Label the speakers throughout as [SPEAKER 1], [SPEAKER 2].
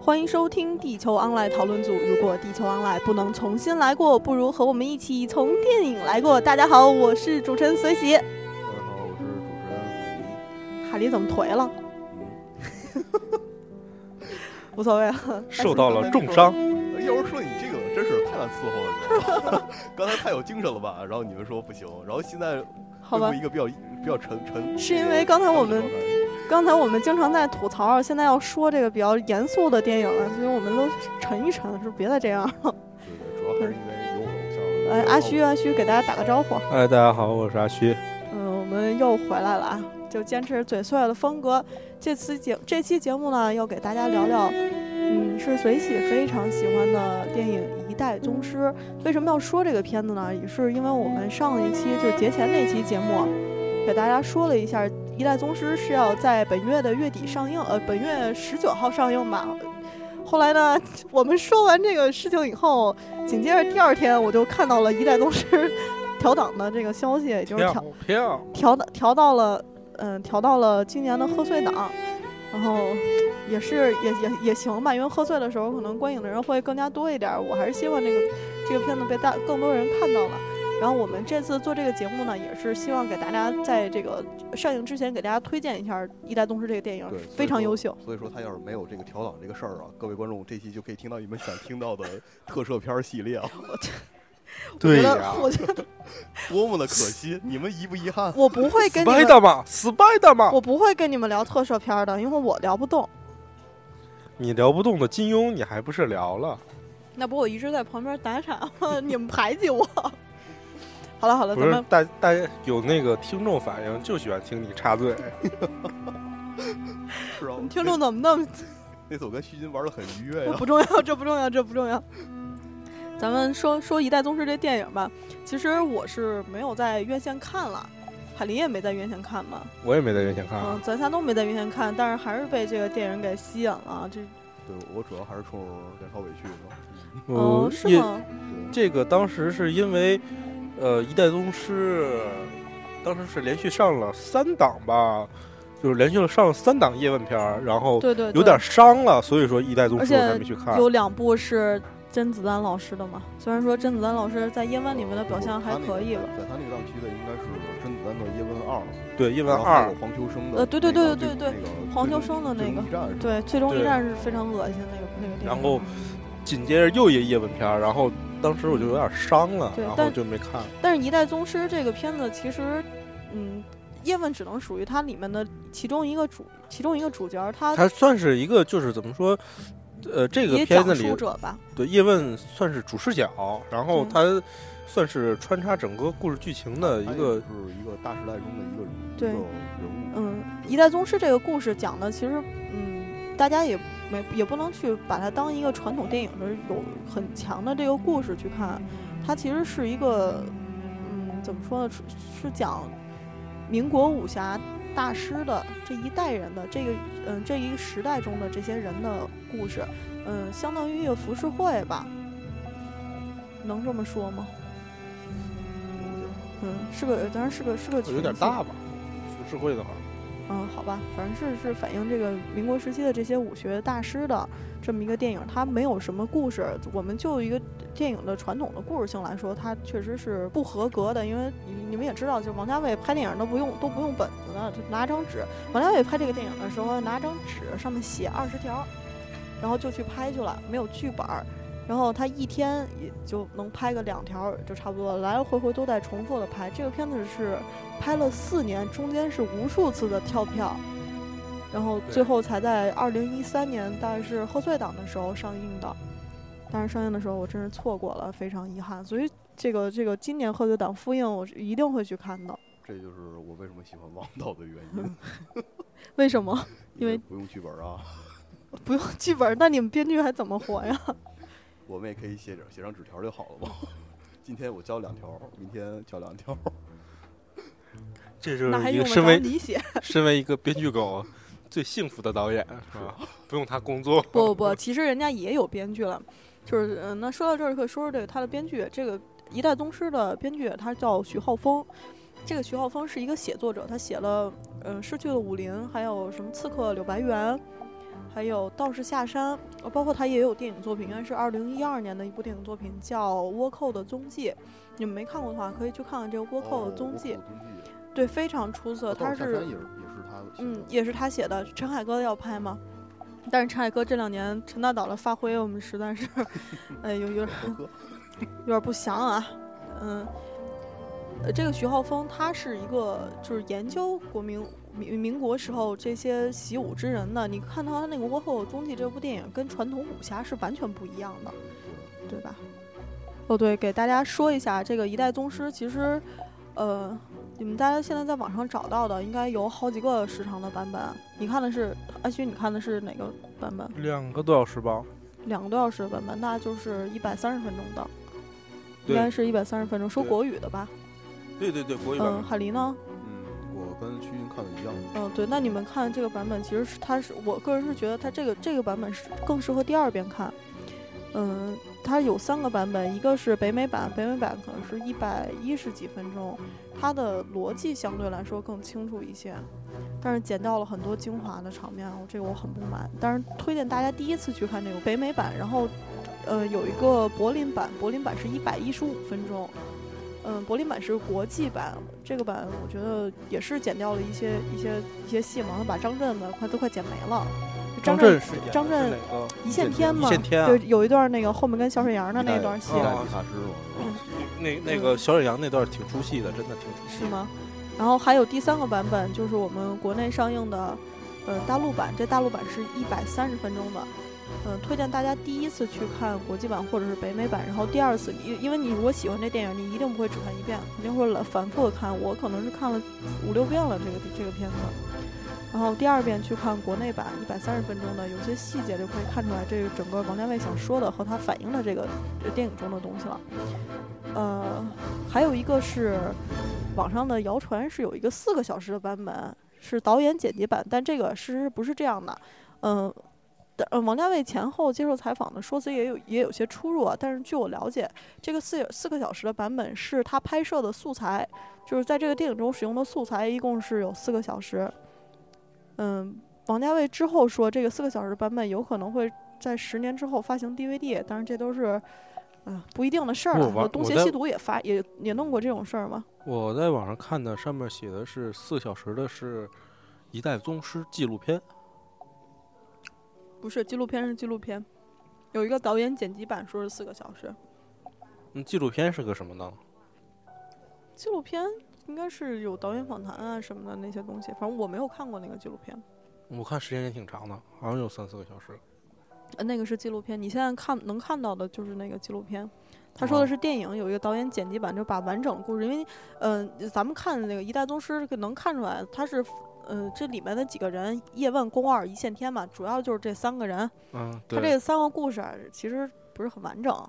[SPEAKER 1] 欢迎收听地球 online 讨论组。如果地球 online 不能重新来过，不如和我们一起从电影来过。大家好，我是主持人随喜。
[SPEAKER 2] 大家好，我是主持人
[SPEAKER 1] 海狸怎么颓了？无所谓啊了，
[SPEAKER 3] 受到了重伤。
[SPEAKER 2] 海狸。哎要是说你这个真是太难伺候了，你知道吗？ 刚才太有精神了吧？然后你们说不行，然后现在
[SPEAKER 1] 好
[SPEAKER 2] 恢
[SPEAKER 1] 吧
[SPEAKER 2] 复一。个比较比较沉沉。
[SPEAKER 1] 是因为刚才我们刚才我们经常在吐槽，现在要说这个比较严肃的电影了，所以我们都沉一沉，是不是别再这样了。
[SPEAKER 2] 对对，主要还是因为有我的偶像。
[SPEAKER 1] 哎，阿虚，阿虚给大家打个招呼。
[SPEAKER 3] 哎，大家好，我是阿虚。
[SPEAKER 1] 嗯，我们又回来了啊，就坚持嘴碎的风格。这次节这期节目呢，要给大家聊聊，嗯，是随喜非常喜欢的电影《一代宗师》。为什么要说这个片子呢？也是因为我们上一期就是节前那期节目，啊给大家说了一下，《一代宗师》是要在本月的月底上映，呃，本月十九号上映吧。后来呢，我们说完这个事情以后，紧接着第二天我就看到了《一代宗师》调档的这个消息，也就是调
[SPEAKER 3] 票，
[SPEAKER 1] 调到调到了，嗯、调到了今年的贺岁档，然后也是也也也行吧，因为贺岁的时候可能观影的人会更加多一点儿，我还是希望这个这个片子被大更多人看到了。然后我们这次做这个节目呢，也是希望给大家在这个上映之前给大家推荐一下《一代宗师》这个电影
[SPEAKER 2] 对，所以，
[SPEAKER 1] 非常
[SPEAKER 2] 说
[SPEAKER 1] 优秀。。
[SPEAKER 2] 所以说他要是没有这个调档这个事儿啊，各位观众这期就可以听到你们想听到的特摄片儿系列啊，
[SPEAKER 3] 对
[SPEAKER 1] 我觉
[SPEAKER 3] 呀
[SPEAKER 1] 得，我觉得
[SPEAKER 2] 多么的可惜！你们遗不遗憾？
[SPEAKER 1] 我不会跟你们，
[SPEAKER 3] ，Spiderman，Spiderman，
[SPEAKER 1] 我不会跟你们聊特摄片儿的，因为我聊不动。
[SPEAKER 3] 你聊不动的金庸，你还不是聊了？
[SPEAKER 1] 那不我一直在旁边打岔， 你们排挤我。 好了好了，
[SPEAKER 3] 不
[SPEAKER 1] 呃咱们
[SPEAKER 3] 是，大大家有那个听众反映，就喜欢听你插嘴。
[SPEAKER 2] 是啊，
[SPEAKER 1] 听众怎么那么
[SPEAKER 2] 那次我跟徐金玩的很愉
[SPEAKER 3] 哎
[SPEAKER 2] 悦呀。
[SPEAKER 1] 不重要，这 不重要，这不重要。咱们说说《一代宗师》这电影吧。其实我是没有在院线看了，海林也没在院线看嘛，
[SPEAKER 3] 我也没在院线看啊
[SPEAKER 1] 嗯，，咱仨都没在院线看，但是还是被这个电影给吸引了。这，
[SPEAKER 2] 对，我主要还是冲梁朝伟去的。
[SPEAKER 1] 嗯，
[SPEAKER 3] 嗯
[SPEAKER 1] 是
[SPEAKER 3] 也
[SPEAKER 1] 吗？
[SPEAKER 2] 嗯
[SPEAKER 3] 这个当时是因为，呃，一代宗师当时是连续上了三档吧，就是连续上了三档叶问片儿，然后
[SPEAKER 1] 对对对，
[SPEAKER 3] 有点伤了，所以说一代宗师
[SPEAKER 1] 而
[SPEAKER 3] 我
[SPEAKER 1] 且
[SPEAKER 3] 才没去看。
[SPEAKER 1] 有两部是甄子丹老师的嘛。虽然说甄子丹老师在《叶问》里面的表
[SPEAKER 3] 哦
[SPEAKER 1] 现还可以吧。
[SPEAKER 2] 在他那个档期的应该是甄子丹的《叶问二》，
[SPEAKER 3] 对，叶问
[SPEAKER 2] 然后还
[SPEAKER 3] 二
[SPEAKER 2] 有，黄秋生的那个最。
[SPEAKER 1] 呃对对对对对对
[SPEAKER 2] 那个
[SPEAKER 1] 黄秋生的那
[SPEAKER 2] 最
[SPEAKER 1] 个
[SPEAKER 2] 终一战是吧
[SPEAKER 1] 对，最终一
[SPEAKER 3] 对
[SPEAKER 1] 战是非常恶心那个那个电影。
[SPEAKER 3] 然后紧接着又一个叶问片儿，然后当时我就有点伤了，
[SPEAKER 1] 对
[SPEAKER 3] 然后
[SPEAKER 1] 但啊
[SPEAKER 3] 就没看。
[SPEAKER 1] 但是《一代宗师》这个片子其实，嗯，叶问只能属于它里面的其中一个主，其中一个主角，他
[SPEAKER 3] 它算是一个就是怎么说，呃，这个
[SPEAKER 1] 也
[SPEAKER 3] 片
[SPEAKER 1] 讲
[SPEAKER 3] 子里
[SPEAKER 1] 述者吧，
[SPEAKER 3] 对叶问算是主视角，然后
[SPEAKER 1] 嗯
[SPEAKER 3] 它算是穿插整个故事剧情的一个
[SPEAKER 2] 他也是一个大时代中的一个人一
[SPEAKER 1] 对
[SPEAKER 2] 个人物。
[SPEAKER 1] 嗯，《一代宗师》这个故事讲的其实，嗯，大家也没也不能去把它当一个传统电影的有很强的这个故事去看，它其实是一个，嗯，怎么说呢，是是讲民国武侠大师的这一代人的这个，嗯，这一个时代中的这些人的故事，嗯，相当于一个浮世绘吧，能这么说吗？嗯，是个，当然是个是个群
[SPEAKER 3] 有点
[SPEAKER 1] 像
[SPEAKER 3] 大吧，浮世绘的话，
[SPEAKER 1] 嗯，好吧，反正是是反映这个民国时期的这些武学大师的这么一个电影，它没有什么故事。我们就一个电影的传统的故事性来说，它确实是不合格的。因为你你们也知道，就是王家卫拍电影都不用都不用本子的，就拿张纸。王家卫拍这个电影的时候，拿张纸上面写二十条，然后就去拍去了，没有剧本儿。然后他一天也就能拍个两条儿就差不多了，来来回回都在重复的拍。这个片子是拍了四年，中间是无数次的跳票，然后最
[SPEAKER 3] 对
[SPEAKER 1] 后才在二零一三年，大概是贺岁档的时候上映的。但是上映的时候我真是错过了，非常遗憾。所以这个这个今年贺岁档复映，我是一定会去看的。
[SPEAKER 2] 这就是我为什么喜欢王导的原因，
[SPEAKER 1] 为什么？ 因为
[SPEAKER 2] 不用剧本啊，
[SPEAKER 1] 不用剧本，那你们编剧还怎么活呀？
[SPEAKER 2] 我们也可以写点写张纸条就好了嘛。 今天我交两条，明天交两条。
[SPEAKER 3] 这
[SPEAKER 2] 嗯
[SPEAKER 1] 那还
[SPEAKER 3] 是一
[SPEAKER 1] 用得
[SPEAKER 3] 个身
[SPEAKER 1] 着
[SPEAKER 3] 为
[SPEAKER 1] 你 啊写？
[SPEAKER 3] 身为一个编剧狗最幸福的导演是吧？不用他工作，
[SPEAKER 1] 不不不，其实人家也有编剧了，就是嗯，那说到这儿就可以说说这个他的编剧，这个《一代宗师》的编剧他叫徐浩峰，这个徐浩呃峰是一个写作者，他写了嗯《逝去的武林》，还有什么《刺客柳白猿》，还有《道士下山》，呃包括他也有电影作品，应该是二零一二年的一部电影作品，叫《倭寇的踪迹》。你们没看过的话，可以去看看这个《倭寇的踪迹》
[SPEAKER 2] 哦倭寇的踪迹，
[SPEAKER 1] 对，非常出色。
[SPEAKER 2] 哦道
[SPEAKER 1] 他
[SPEAKER 2] 士下山
[SPEAKER 1] 是
[SPEAKER 2] 也是也是他写
[SPEAKER 1] 嗯
[SPEAKER 2] 的，，
[SPEAKER 1] 也是他写的。陈凯歌要拍嘛，但是陈凯歌这两年陈大导的发挥，我们实在是， 呃，有有点
[SPEAKER 2] 呵呵，
[SPEAKER 1] 有点不详啊，嗯。呃，这个徐浩峰他是一个就是研究国民民民国时候这些习武之人的。你看他那个《倭寇的踪迹》这部电影，跟传统武侠是完全不一样的，对吧？哦，对，给大家说一下，这个一代宗师其实，呃，你们大家现在在网上找到的应该有好几个时长的版本。啊你看的是安旭，你看的是哪个版本？
[SPEAKER 3] 两个多小时吧。
[SPEAKER 1] 两个多小时的版本，那就是一百三十分钟的，应
[SPEAKER 3] 对
[SPEAKER 1] 该是一百三十分钟，说
[SPEAKER 3] 对
[SPEAKER 1] 国语的吧？
[SPEAKER 3] 对对对，国语版
[SPEAKER 1] 嗯，
[SPEAKER 3] 本。
[SPEAKER 1] 海狸呢？
[SPEAKER 2] 嗯，我跟徐云看的一样，
[SPEAKER 1] 嗯，对，那你们看这个版本，其实是它是我个人是觉得它这个这个版本是更适合第二遍看。嗯，它有三个版本，一个是北美版，北美版可能是一百一十几分钟，它的逻辑相对来说更清楚一些，但是剪掉了很多精华的场面，我这个我很不满。但是推荐大家第一次去看这个北美版，然后呃有一个柏林版，柏林版是一百一十五分钟，嗯，柏林版是国际版，这个版我觉得也是剪掉了一些一些一些戏嘛，把张震的快都快剪没了。
[SPEAKER 3] 张
[SPEAKER 1] 震
[SPEAKER 3] 震是
[SPEAKER 1] 张
[SPEAKER 3] 演
[SPEAKER 1] 震
[SPEAKER 3] 的是哪个？
[SPEAKER 1] 一线天嘛，
[SPEAKER 3] 一线天啊
[SPEAKER 1] 就有一段那个后面跟小沈阳的那
[SPEAKER 2] 一代
[SPEAKER 1] 段戏嗯
[SPEAKER 2] 一代
[SPEAKER 3] 啊
[SPEAKER 2] 理发师嘛，
[SPEAKER 3] 那那个小沈阳那段儿挺出戏的，真的挺出戏
[SPEAKER 1] 是。吗？然后还有第三个版本，就是我们国内上映的，呃，大陆版。这大陆版是一百三十分钟的，嗯、推荐大家第一次去看国际版或者是北美版，然后第二次，因因为你如果喜欢这电影，你一定不会只看一遍，肯定会来反复的看。我可能是看了五六遍了这个这个片子。然后第二遍去看国内版一百三十分钟的，有些细节就可以看出来，这个整个王家卫想说的和他反映的这个这电影中的东西了。呃，还有一个是网上的谣传是有一个四个小时的版本，是导演剪辑版，但这个事实不是这样的。嗯、但呃，王家卫前后接受采访的说辞也有也有些出入啊，但是据我了解，这个四四个小时的版本是他拍摄的素材，就是在这个电影中使用的素材一共是有四个小时。嗯，王家卫之后说，这个四个小时版本有可能会在十年之后发行 DVD，当然这都是。啊，不一定的事儿
[SPEAKER 3] 不
[SPEAKER 1] 了。
[SPEAKER 3] 王
[SPEAKER 1] 东邪
[SPEAKER 3] 我在
[SPEAKER 1] 西毒也发也也弄过这种事儿嘛。
[SPEAKER 3] 我在网上看的，上面写的是四小时的是《一代宗师》纪录片。
[SPEAKER 1] 不是纪录片是纪录片，有一个导演剪辑版说是四个小时，
[SPEAKER 3] 嗯，纪录片是个什么呢？
[SPEAKER 1] 纪录片应该是有导演访谈啊什么的那些东西，反正我没有看过那个纪录片，
[SPEAKER 3] 我看时间也挺长的，好像有三四个小时。
[SPEAKER 1] 呃，那个是纪录片，你现在看能看到的就是那个纪录片。他说的
[SPEAKER 3] 哦
[SPEAKER 1] 是电影，有一个导演剪辑版，就把完整的故事，因为，嗯、咱们看那个《一代宗师》，能看出来他是，呃，这里面的几个人，叶问、宫二、一线天嘛，主要就是这三个人，
[SPEAKER 3] 嗯，
[SPEAKER 1] 他
[SPEAKER 3] 对，
[SPEAKER 1] 这三个故事啊其实不是很完整，
[SPEAKER 3] 啊，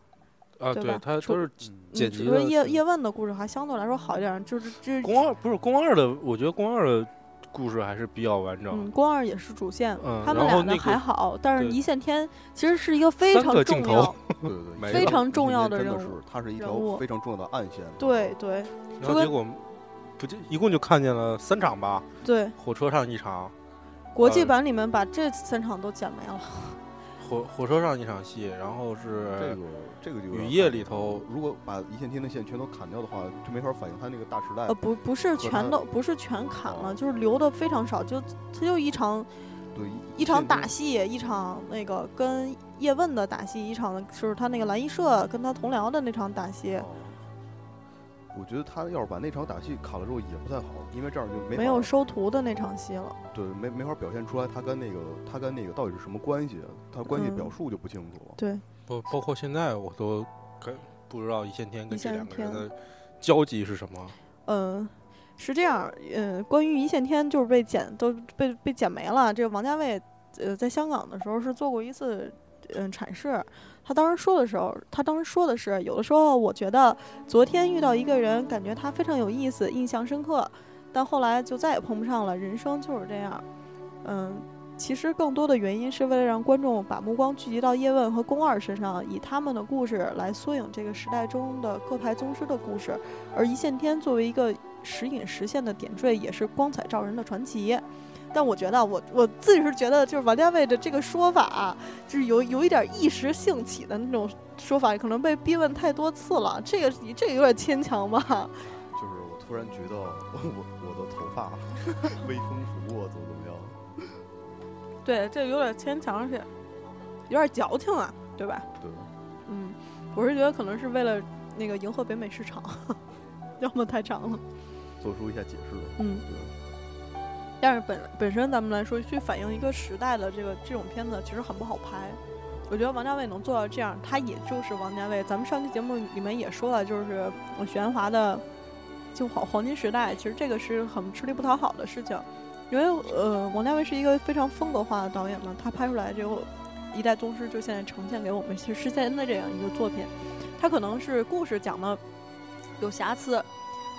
[SPEAKER 1] 对
[SPEAKER 3] 对
[SPEAKER 1] 吧，
[SPEAKER 3] 他
[SPEAKER 1] 除
[SPEAKER 3] 都是
[SPEAKER 2] 嗯
[SPEAKER 3] 剪
[SPEAKER 1] 嗯
[SPEAKER 3] 辑
[SPEAKER 1] 只是
[SPEAKER 3] 的
[SPEAKER 1] 叶叶问的故事还相对来说好一点，就是这
[SPEAKER 3] 宫二，不是宫二的，我觉得宫二的故事还是比较完整。
[SPEAKER 1] 嗯，光二也是主线，
[SPEAKER 3] 嗯
[SPEAKER 1] 他们
[SPEAKER 3] 然后
[SPEAKER 1] 俩的
[SPEAKER 3] 那个
[SPEAKER 1] 还好，但是
[SPEAKER 3] 对
[SPEAKER 1] 一线天其实是一个非
[SPEAKER 3] 三
[SPEAKER 1] 常
[SPEAKER 3] 个
[SPEAKER 1] 重
[SPEAKER 3] 镜头
[SPEAKER 1] 要，
[SPEAKER 2] 对对对，
[SPEAKER 3] 没
[SPEAKER 1] 嗯非
[SPEAKER 3] 了
[SPEAKER 1] 常重要
[SPEAKER 2] 的
[SPEAKER 1] 的任
[SPEAKER 2] 真
[SPEAKER 1] 务。
[SPEAKER 2] 是它是一
[SPEAKER 1] 人物
[SPEAKER 2] 条非常重要的暗线。
[SPEAKER 1] 对对
[SPEAKER 3] 然
[SPEAKER 1] 就
[SPEAKER 3] 后
[SPEAKER 1] 跟
[SPEAKER 3] 结果不就一共就看见了三场吧，
[SPEAKER 1] 对，
[SPEAKER 3] 火车上一场，
[SPEAKER 1] 国际
[SPEAKER 3] 呃
[SPEAKER 1] 版里面把这三场都剪没了。
[SPEAKER 3] 火火车上一场戏，然后
[SPEAKER 2] 这
[SPEAKER 3] 是
[SPEAKER 2] 个这个就有
[SPEAKER 3] 雨
[SPEAKER 2] 点
[SPEAKER 3] 夜
[SPEAKER 2] 看
[SPEAKER 3] 里头
[SPEAKER 2] 如果把一线天的线全都砍掉的话，就没法反映他那个大时代
[SPEAKER 3] 哎
[SPEAKER 1] 呃，。不不是
[SPEAKER 2] 和
[SPEAKER 1] 全
[SPEAKER 2] 他
[SPEAKER 1] 都不是全砍了，就是留的非常少，就它就一场
[SPEAKER 2] 对，
[SPEAKER 1] 一场
[SPEAKER 2] 线
[SPEAKER 1] 打
[SPEAKER 2] 天
[SPEAKER 1] 戏，一场那个跟叶问的打戏，一场就是他那个蓝衣社跟他同僚的那场打戏，
[SPEAKER 2] 哦我觉得他要是把那场打戏砍了之后也不太好，因为这样就
[SPEAKER 1] 没
[SPEAKER 2] 没法
[SPEAKER 1] 有收徒的那场戏了。
[SPEAKER 2] 对没没法表现出来他跟那个他跟那个到底是什么关系，他关系
[SPEAKER 1] 嗯
[SPEAKER 2] 表述就不清楚了。
[SPEAKER 1] 对，
[SPEAKER 3] 包包括现在我都跟不知道一线天跟
[SPEAKER 1] 一
[SPEAKER 3] 这
[SPEAKER 1] 线
[SPEAKER 3] 两个人
[SPEAKER 1] 天
[SPEAKER 3] 的交集是什么。
[SPEAKER 1] 嗯，是这样，嗯，关于一线天就是被剪都被被剪没了。这个王家卫，呃，在香港的时候是做过一次，嗯，阐释。他当时说的时候，他当时说的是，有的时候我觉得昨天遇到一个人，感觉他非常有意思，印象深刻，但后来就再也碰不上了。人生就是这样，嗯。其实更多的原因是为了让观众把目光聚集到叶问和宫二身上，以他们的故事来缩影这个时代中的各派宗师的故事，而一线天作为一个时隐时现的点缀，也是光彩照人的传奇。但我觉得啊我我自己是觉得，就是王家卫的这个说法、啊，就是有有一点一时兴起的那种说法，可能被逼问太多次了，这个这个有点牵强 吧。
[SPEAKER 2] 就是我突然觉得我我我的头发 微风拂过，怎么怎么样？
[SPEAKER 4] 对，这有点牵强，而且有点矫情啊，对吧？
[SPEAKER 2] 对，
[SPEAKER 1] 嗯，我是觉得可能是为了那个迎合北美市场， 要么太长了。
[SPEAKER 2] 做出一下解释。
[SPEAKER 1] 嗯，
[SPEAKER 2] 对，
[SPEAKER 1] 但是本本身咱们来说，去反映一个时代的这个这种片子，其实很不好拍。我觉得王家卫能做到这样，他也就是王家卫。咱们上期节目里面也说了，就是呃许鞍华的就黄黄金时代，其实这个是很吃力不讨好的事情，因为呃，王家卫是一个非常风格化的导演嘛，他拍出来这个《一代宗师》就现在呈现给我们是是现在这样一个作品，他可能是故事讲的有瑕疵，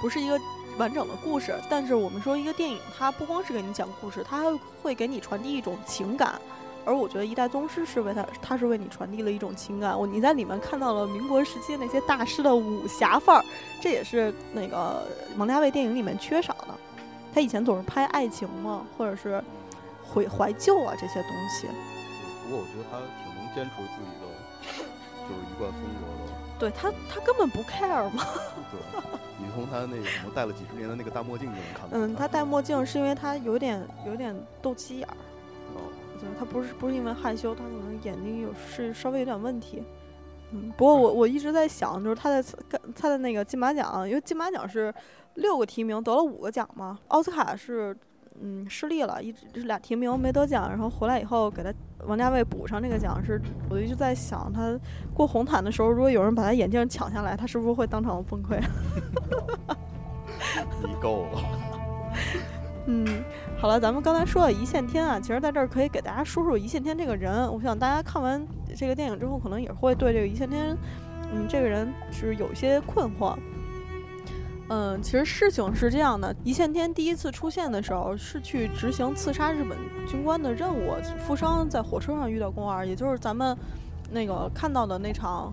[SPEAKER 1] 不是一个完整的故事，但是我们说一个电影，它不光是给你讲故事，它还会给你传递一种情感。而我觉得《一代宗师》是为它，它是为你传递了一种情感。我你在里面看到了民国时期那些大师的武侠范儿，这也是那个王家卫电影里面缺少的。他以前总是拍爱情嘛，或者是怀怀旧啊这些东西。
[SPEAKER 2] 不过我觉得他挺能坚持自己的，就是一贯风格的。
[SPEAKER 1] 对他，他根本不 care 嘛。
[SPEAKER 2] 对，你从他那个什么戴了几十年的那个大墨镜就能看出来。
[SPEAKER 1] 嗯，他戴墨镜是因为他有点有点斗鸡眼儿。
[SPEAKER 2] 哦，
[SPEAKER 1] 对，他不是不是因为害羞，他可能眼睛有是稍微有点问题。嗯，不过我我一直在想，就是他在干他的那个金马奖，因为金马奖是六个提名得了五个奖嘛，奥斯卡是嗯失利了，一直是俩提名没得奖，然后回来以后给他王家卫补上这个奖是，我一直在想他过红毯的时候，如果有人把他眼镜抢下来，他是不是会当场崩溃？
[SPEAKER 2] 你够了。
[SPEAKER 1] 嗯，好了，咱们刚才说了一线天啊，其实在这儿可以给大家说说一线天这个人。我想大家看完这个电影之后，可能也会对这个一线天，嗯，这个人是有一些困惑。嗯，其实事情是这样的，一线天第一次出现的时候是去执行刺杀日本军官的任务，负伤在火车上遇到宫二，也就是咱们那个看到的那场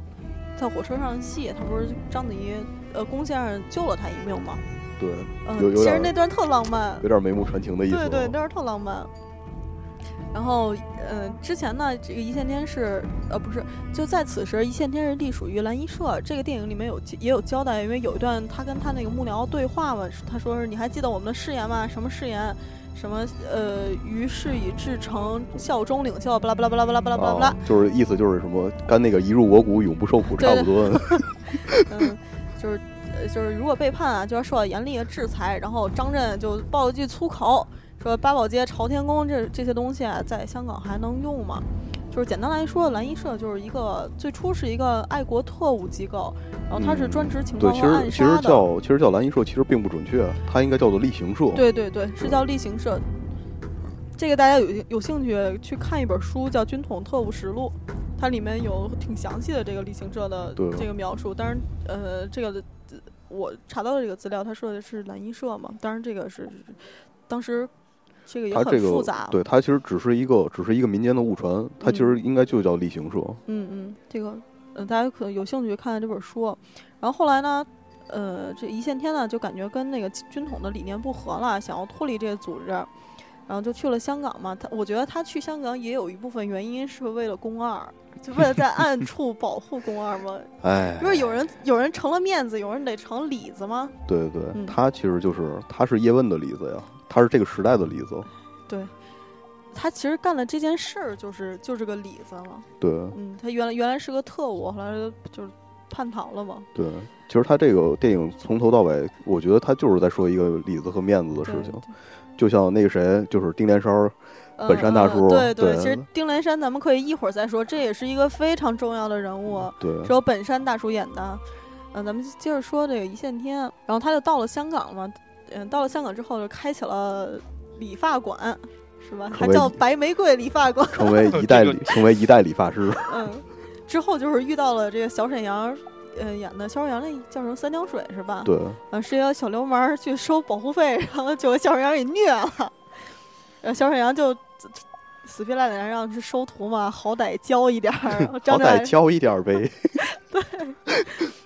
[SPEAKER 1] 在火车上的戏，他不是章子怡，呃，宫先生救了他一命吗？
[SPEAKER 2] 对，
[SPEAKER 1] 嗯
[SPEAKER 2] 有，有
[SPEAKER 1] 其实
[SPEAKER 2] 点
[SPEAKER 1] 那段特浪漫，
[SPEAKER 2] 有点眉目传情的意思
[SPEAKER 1] 对
[SPEAKER 2] 了。
[SPEAKER 1] 对，那是特浪漫。然后，呃，之前呢，这个一线天是，呃，不是，就在此时，一线天是隶属于蓝衣社。这个电影里面有也有交代，因为有一段他跟他那个幕僚对话嘛，他说是你还记得我们的誓言吗？什么誓言？什么呃，于是以至诚，效忠领袖，巴拉巴拉巴拉巴拉巴拉巴拉巴拉
[SPEAKER 2] 啊。，就是意思就是什么，跟那个一入我骨永不受苦
[SPEAKER 1] 对
[SPEAKER 2] 差不多。
[SPEAKER 1] 嗯，就是呃就是如果背叛啊，就要受到严厉的制裁。然后张震就爆了句粗口，说八宝街、朝天宫这这些东西啊，在香港还能用吗？就是简单来说，蓝衣社就是一个最初是一个爱国特务机构，然后哦它是
[SPEAKER 2] 嗯
[SPEAKER 1] 专职情
[SPEAKER 2] 对，
[SPEAKER 1] 报
[SPEAKER 2] 其
[SPEAKER 1] 和
[SPEAKER 2] 实
[SPEAKER 1] 暗
[SPEAKER 2] 其实
[SPEAKER 1] 杀的。
[SPEAKER 2] 叫其实叫蓝衣社，其实并不准确，它应该叫做力行社。
[SPEAKER 1] 对对对，是叫例行社。这个大家有有兴趣去看一本书，叫《军统特务实录》，它里面有挺详细的这个例行社的
[SPEAKER 2] 对
[SPEAKER 1] 这个描述。当然，呃，这个呃我查到的这个资料，他说的是蓝衣社嘛，当然这个是当时这个也
[SPEAKER 2] 它
[SPEAKER 1] 很
[SPEAKER 2] 这
[SPEAKER 1] 复
[SPEAKER 2] 个
[SPEAKER 1] 杂。
[SPEAKER 2] 对它其实只是一个只是一个民间的误传，它其实应该就叫力行社。
[SPEAKER 1] 嗯嗯，这个呃，大家可能有兴趣看看这本书。然后后来呢，呃，这一线天呢就感觉跟那个军统的理念不合了，想要脱离这个组织，然后就去了香港嘛。他我觉得他去香港也有一部分原因是为了宫二，就为了在暗处保护宫二嘛。
[SPEAKER 2] 哎，
[SPEAKER 1] 不是有人有人成了面子，有人得成里子吗？
[SPEAKER 2] 对对
[SPEAKER 1] 嗯
[SPEAKER 2] 对，它其实就是它是叶问的例子呀，它是这个时代的例子。
[SPEAKER 1] 他其实干了这件事儿，就是就是个里子了。
[SPEAKER 2] 对
[SPEAKER 1] 嗯，他原来原来是个特务，后来就是叛逃了嘛。
[SPEAKER 2] 对，其实它这个电影从头到尾，我觉得它就是在说一个里子和面子的事
[SPEAKER 1] 对
[SPEAKER 2] 情。
[SPEAKER 1] 对
[SPEAKER 2] 就像那个谁，就是丁连山，本山大
[SPEAKER 1] 嗯
[SPEAKER 2] 叔
[SPEAKER 1] 嗯、对
[SPEAKER 2] 对
[SPEAKER 1] 其实丁连山咱们可以一会儿再说，这也是一个非常重要的人物，
[SPEAKER 2] 嗯对，
[SPEAKER 1] 是由本山大叔演的。嗯，咱们接着说这个一线天，然后他就到了香港嘛，嗯，到了香港之后就开启了理发馆，是吧？
[SPEAKER 2] 可
[SPEAKER 1] 还
[SPEAKER 2] 谓
[SPEAKER 1] 叫白玫瑰理发馆。
[SPEAKER 2] 成为一 代理，成为一代理发师。
[SPEAKER 1] 嗯，之后就是遇到了这个小沈阳，呃，演的小沈阳那叫什么三江水是吧？
[SPEAKER 2] 对，
[SPEAKER 1] 啊，是一个小流氓儿去收保护费，然后就被小沈阳给虐了， 然后小沈阳就死皮赖脸让去收徒嘛，好歹教一点 儿。
[SPEAKER 2] 好
[SPEAKER 1] 张震
[SPEAKER 2] 歹
[SPEAKER 1] 还，
[SPEAKER 2] 教一点儿呗。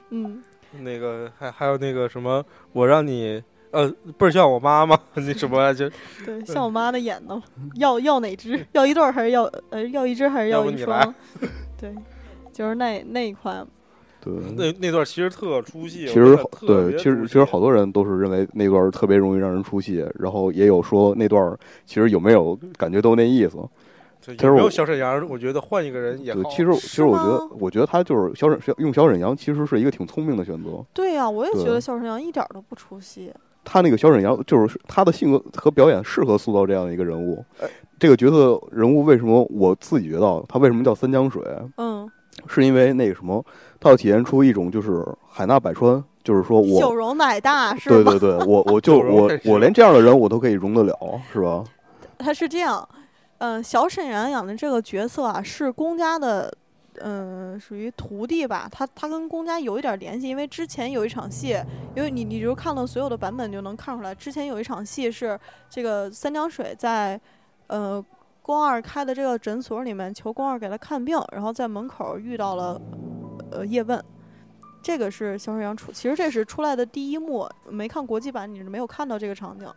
[SPEAKER 1] 嗯，
[SPEAKER 3] 那个还还有那个什么，我让你呃，倍儿像我妈妈， 那什么啊就
[SPEAKER 1] 对，像我妈那演的，要要哪只？要一对儿还是要呃要一只还是
[SPEAKER 3] 要不
[SPEAKER 1] 一
[SPEAKER 3] 你
[SPEAKER 1] 双？对，就是那那一款，
[SPEAKER 2] 对，
[SPEAKER 3] 那那段其实特出戏。
[SPEAKER 2] 嗯其
[SPEAKER 3] 我
[SPEAKER 2] 实
[SPEAKER 3] 真的
[SPEAKER 2] 好
[SPEAKER 3] 特
[SPEAKER 2] 对，
[SPEAKER 3] 别
[SPEAKER 2] 其实
[SPEAKER 3] 出
[SPEAKER 2] 其实
[SPEAKER 3] 戏
[SPEAKER 2] 好多人都是认为那段儿特别容易让人出戏，然后也有说那段儿其实有没有感觉都那意思。
[SPEAKER 3] 对
[SPEAKER 2] 其实
[SPEAKER 3] 有没有
[SPEAKER 2] 我
[SPEAKER 3] 小沈阳，我觉得换一个人也
[SPEAKER 2] 对，
[SPEAKER 3] 好。
[SPEAKER 2] 其实其实我觉得
[SPEAKER 1] 吗，
[SPEAKER 2] 我觉得他就是小沈用小沈阳其实是一个挺聪明的选择。
[SPEAKER 1] 对呀、我也觉
[SPEAKER 2] 对
[SPEAKER 1] 得小沈阳一点儿都不出戏。
[SPEAKER 2] 他那个小沈阳就是他的性格和表演适合塑造这样的一个人物。这个角色人物为什么我自己觉得他为什么叫三江水，
[SPEAKER 1] 嗯，
[SPEAKER 2] 是因为那个什么，他要体现出一种就是海纳百川，就是说
[SPEAKER 1] 酒
[SPEAKER 2] 我。
[SPEAKER 1] 容乃大是
[SPEAKER 2] 对
[SPEAKER 1] 吗？
[SPEAKER 2] 对 对，我我就
[SPEAKER 3] 有容
[SPEAKER 2] 我
[SPEAKER 3] 乃是
[SPEAKER 2] 我连这样的人我都可以容得了，是吧？
[SPEAKER 1] 他是这样，嗯，小沈阳演的这个角色啊，是公家的，嗯，属于徒弟吧。他他跟公家有一点联系，因为之前有一场戏，因为你你就看了所有的版本就能看出来，之前有一场戏是这个三江水在，呃。宫二开的这个诊所里面求宫二给他看病，然后在门口遇到了，呃，叶问，这个是小沈阳出，其实这是出来的第一幕，没看国际版你是没有看到这个场景。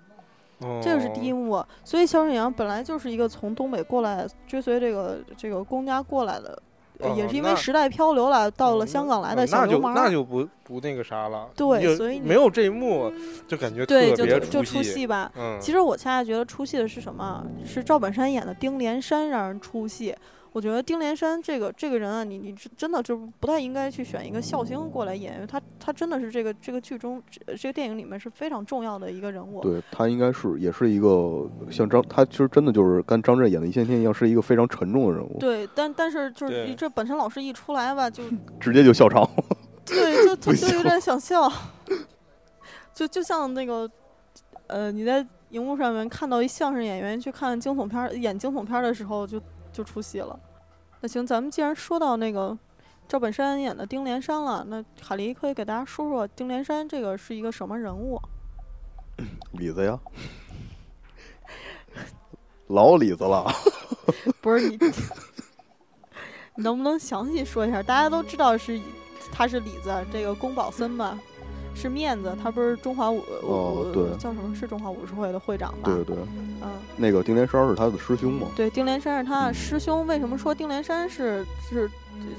[SPEAKER 1] 这个是第一
[SPEAKER 2] 嗯
[SPEAKER 3] 哦
[SPEAKER 1] 幕，所以小沈阳本来就是一个从东北过来，追随这个这个公家过来的，呃
[SPEAKER 3] 哦
[SPEAKER 1] 也是因
[SPEAKER 3] 那
[SPEAKER 1] 为时代漂流来到了
[SPEAKER 3] 嗯
[SPEAKER 1] 香港来
[SPEAKER 3] 那
[SPEAKER 1] 的小
[SPEAKER 3] 那
[SPEAKER 1] 流
[SPEAKER 3] 就
[SPEAKER 1] 氓
[SPEAKER 3] 那
[SPEAKER 1] 儿，
[SPEAKER 3] 就不不那个啥了。
[SPEAKER 1] 对
[SPEAKER 3] 你就
[SPEAKER 1] 所以你
[SPEAKER 3] 没有这一幕，就感觉
[SPEAKER 1] 对，
[SPEAKER 3] 特
[SPEAKER 1] 就
[SPEAKER 3] 别
[SPEAKER 1] 就出
[SPEAKER 3] 出。
[SPEAKER 1] 戏吧。
[SPEAKER 3] 嗯，
[SPEAKER 1] 其实我现在觉得出戏的是什么啊？是赵本山演的丁连山让人出戏。我觉得丁连山这个这个人啊，你你真真的就不太应该去选一个笑星过来演，因为他他真的是这个这个剧中呃这这个电影里面是非常重要的一个人物。
[SPEAKER 2] 对他应该是也是一个像张，他其实真的就是跟张震演的《一线天》一样，是一个非常沉重的人物，
[SPEAKER 1] 对，但但是就是
[SPEAKER 3] 对
[SPEAKER 1] 一这本身老师一出来吧，就
[SPEAKER 2] 直接就笑场。
[SPEAKER 1] 对，就就
[SPEAKER 2] 不
[SPEAKER 1] 就
[SPEAKER 2] 笑
[SPEAKER 1] 有点想笑， 就就像那个，呃，你在荧幕上面看到一相声演员去看惊悚片儿演惊悚片儿的时候就，就出戏了。那行，咱们既然说到那个赵本山演的丁连山了，那海狸可以给大家说说丁连山这个是一个什么人物？ 啊
[SPEAKER 2] 李子呀，老李子了。
[SPEAKER 1] 不是你，你能不能详细说一下？大家都知道是他是李子，这个宫保森吧，是面子，他不是中华武武、
[SPEAKER 2] 哦对
[SPEAKER 1] 叫什么是中华武术会的会长吧？
[SPEAKER 2] 对对对，
[SPEAKER 1] 嗯，
[SPEAKER 2] 那个丁连山是他的师兄嘛？
[SPEAKER 1] 对，丁连山是他的师兄。为什么说丁连山是是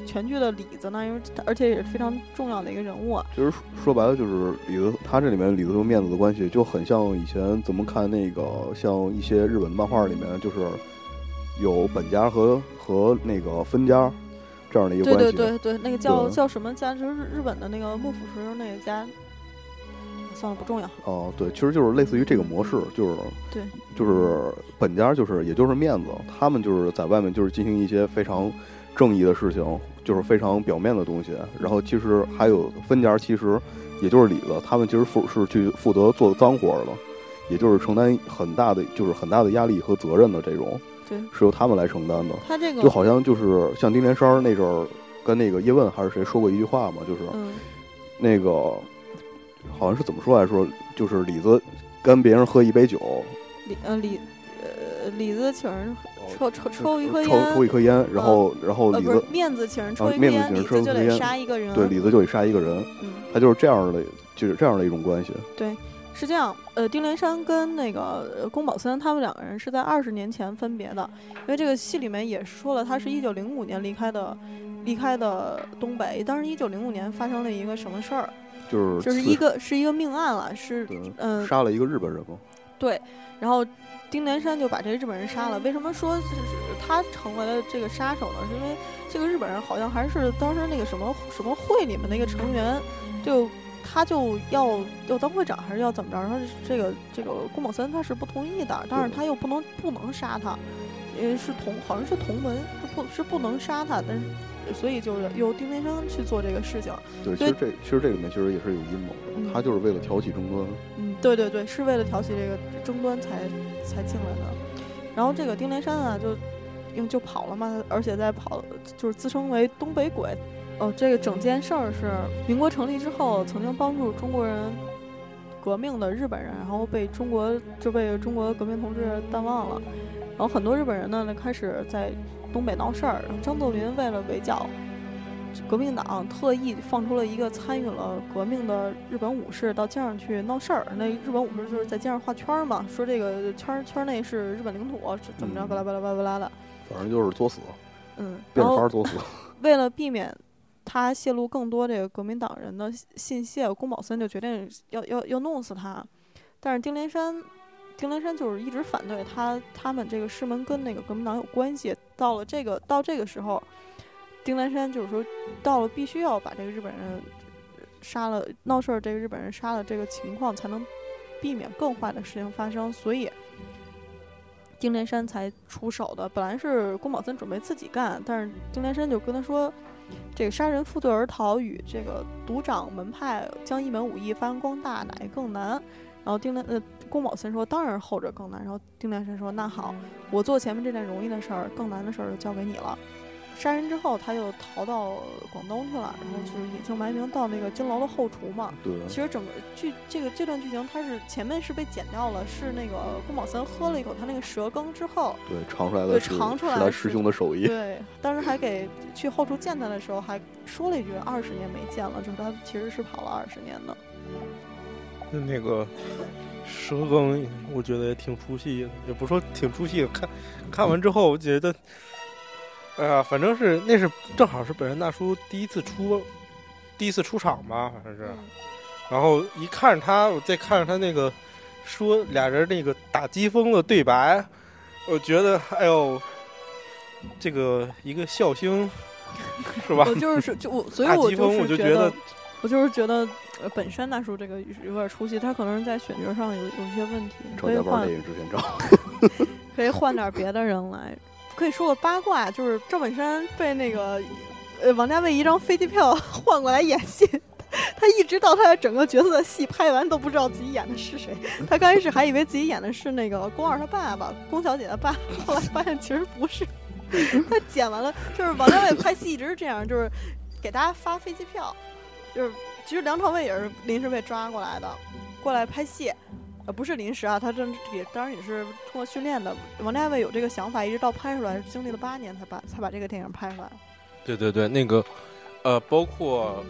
[SPEAKER 1] 全剧的李子呢？因为他而且也是非常重要的一个人物。啊
[SPEAKER 2] 其实说说白了就是李子，他这里面李子和面子的关系就很像以前咱们看那个像一些日本的漫画里面，就是有本家和和那个分家这样的一个
[SPEAKER 1] 对
[SPEAKER 2] 关系。
[SPEAKER 1] 对对对，那个叫
[SPEAKER 2] 对
[SPEAKER 1] 叫什么家？就是日本的那个幕府时候那个家。算了，不重要。
[SPEAKER 2] 哦、对，其实就是类似于这个模式，就是
[SPEAKER 1] 对，
[SPEAKER 2] 就是本家就是也就是面子，他们就是在外面就是进行一些非常正义的事情，就是非常表面的东西。然后其实还有分家，其实也就是里子，他们其实负是去负责做脏活儿的，也就是承担很大的就是很大的压力和责任的这种，
[SPEAKER 1] 对
[SPEAKER 2] 是由他们来承担的。
[SPEAKER 1] 他这个
[SPEAKER 2] 就好像就是像丁连山儿那阵儿跟那个叶问还是谁说过一句话嘛，就是
[SPEAKER 1] 嗯，
[SPEAKER 2] 那个好像是怎么说来说，就是李子跟别人喝一杯酒，
[SPEAKER 1] 李呃李呃李子请人抽抽抽一
[SPEAKER 2] 抽
[SPEAKER 1] 颗烟，
[SPEAKER 2] 抽一颗烟，然后然后
[SPEAKER 1] 呃
[SPEAKER 2] 李
[SPEAKER 1] 不是
[SPEAKER 2] 子
[SPEAKER 1] 面子请人
[SPEAKER 2] 啊
[SPEAKER 1] 抽一颗
[SPEAKER 2] 面子
[SPEAKER 1] 烟，
[SPEAKER 2] 请人
[SPEAKER 1] 李
[SPEAKER 2] 抽
[SPEAKER 1] 子
[SPEAKER 2] 一
[SPEAKER 1] 就
[SPEAKER 2] 颗
[SPEAKER 1] 得
[SPEAKER 2] 烟
[SPEAKER 1] 杀一个人。
[SPEAKER 2] 对李子就得杀一个人，
[SPEAKER 1] 嗯，
[SPEAKER 2] 他就是这样的，就是这样的一种关系。
[SPEAKER 1] 是这样，呃，丁连山跟那个呃宫保森他们两个人是在二十年前分别的，因为这个戏里面也说了，他是一九零五年离开的，离开的东北。当时一九零五年发生了一个什么事儿，
[SPEAKER 2] 就是
[SPEAKER 1] 就是
[SPEAKER 2] 刺
[SPEAKER 1] 一个是一个命案了，是
[SPEAKER 2] 对
[SPEAKER 1] 嗯、
[SPEAKER 2] 杀了一个日本人嘛，
[SPEAKER 1] 然后丁连山就把这日本人杀了。为什么说是他成为了这个杀手呢？是因为这个日本人好像还是当时那个什么什么会里面的一个成员，就他就要要当会长还是要怎么着？然后这个这个宫本森他是不同意的，但是他又不能不能杀他，因为是同好像是同文，是不是不能杀他，但是所以就是由丁连山去做这个事情。
[SPEAKER 2] 对，其
[SPEAKER 1] 对
[SPEAKER 2] 实这其实这里面其实也是有阴谋
[SPEAKER 1] 嗯
[SPEAKER 2] 的，他就是为了挑起争端。
[SPEAKER 1] 嗯，对对对，是为了挑起这个争端才才进来的。然后这个丁连山啊，就因为就跑了嘛，而且在跑就是自称为东北鬼。哦，这个整件事儿是民国成立之后，曾经帮助中国人革命的日本人，然后被中国就被中国革命同志淡忘了。然后很多日本人呢，开始在东北闹事儿。然后张作霖为了围剿革命党特意放出了一个参与了革命的日本武士到街上去闹事儿，那日本武士就是在街上画圈儿嘛，说这个圈儿圈儿内是日本领土，是怎么着，
[SPEAKER 2] 嗯
[SPEAKER 1] 巴拉巴拉巴拉巴拉的，
[SPEAKER 2] 反正就是作死，
[SPEAKER 1] 嗯，然
[SPEAKER 2] 变着法
[SPEAKER 1] 后
[SPEAKER 2] 儿 作死。
[SPEAKER 1] 为了避免他泄露更多这个革命党人的信信息，啊宫保森就决定要要要弄死他。但是丁连山，丁连山就是一直反对他他们这个师门跟那个革命党有关系。到了这个到这个时候，丁连山就是说到了必须要把这个日本人杀了闹事儿，这个日本人杀了这个情况才能避免更坏的事情发生，所以。丁连山才出手的。本来是宫保森准备自己干，但是丁连山就跟他说，这个杀人负罪而逃与这个独掌门派将一门武艺发扬光大，哪一更难？然后丁连呃宫保森说，当然后者更难。然后丁连山说，那好，我做前面这件容易的事儿，更难的事儿就交给你了。杀人之后，他又逃到广东去了，然后就是隐姓埋名到那个金楼的后厨嘛。
[SPEAKER 2] 对，
[SPEAKER 3] 嗯
[SPEAKER 1] 其实整个剧这个这段剧情，它是前面是被剪掉了，是那个宫保森喝了一口他那个蛇羹之 后，
[SPEAKER 2] 对，尝出来
[SPEAKER 1] 对
[SPEAKER 2] 的是
[SPEAKER 1] 尝出来
[SPEAKER 2] 是
[SPEAKER 1] 的
[SPEAKER 2] 他
[SPEAKER 1] 是
[SPEAKER 2] 师兄的手艺。
[SPEAKER 1] 对，当时还给去后厨见他的时候还说了一句二十年没见了，就是他其实是跑了二十年的。
[SPEAKER 3] 就那个蛇羹，我觉得也挺出戏的，也不说挺出戏的。看看完之后，我觉得，哎呀，反正是那是正好是本山大叔第一次出，第一次出场吧，反正是。
[SPEAKER 1] 嗯
[SPEAKER 3] 然后一看着他，我再看着他那个说俩人那个打机锋的对白，我觉得，哎呦，这个一个笑星是吧
[SPEAKER 1] 我？就是说就 我，所以
[SPEAKER 3] 打
[SPEAKER 1] 我
[SPEAKER 3] 机锋
[SPEAKER 1] 就
[SPEAKER 3] 我
[SPEAKER 1] 是
[SPEAKER 3] 就
[SPEAKER 1] 觉
[SPEAKER 3] 觉得
[SPEAKER 1] 得，我就是觉得呃本山大叔这个有点出戏，他可能是在选角上有有一些问题，
[SPEAKER 2] 成
[SPEAKER 1] 可以
[SPEAKER 2] 家班
[SPEAKER 1] 换
[SPEAKER 2] 那个之前照，
[SPEAKER 1] 可以换点别的人来。可以说个八卦，就是赵本山被那个呃王家卫一张飞机票 换过来演戏，他一直到他的整个角色的戏拍完都不知道自己演的是谁。他刚开始还以为自己演的是那个宫二他爸爸，宫小姐的爸，后来发现其实不是。他剪完了，就是王家卫拍戏一直是这样，就是给大家发飞机票，就是其实梁朝伟也是临时被抓过来的，过来拍戏。呃，不是临时啊，他这也当然也是通过训练的。王家卫有这个想法，一直到拍出来，经历了八年才把才把这个电影拍出来。
[SPEAKER 3] 对对对，那个呃，包括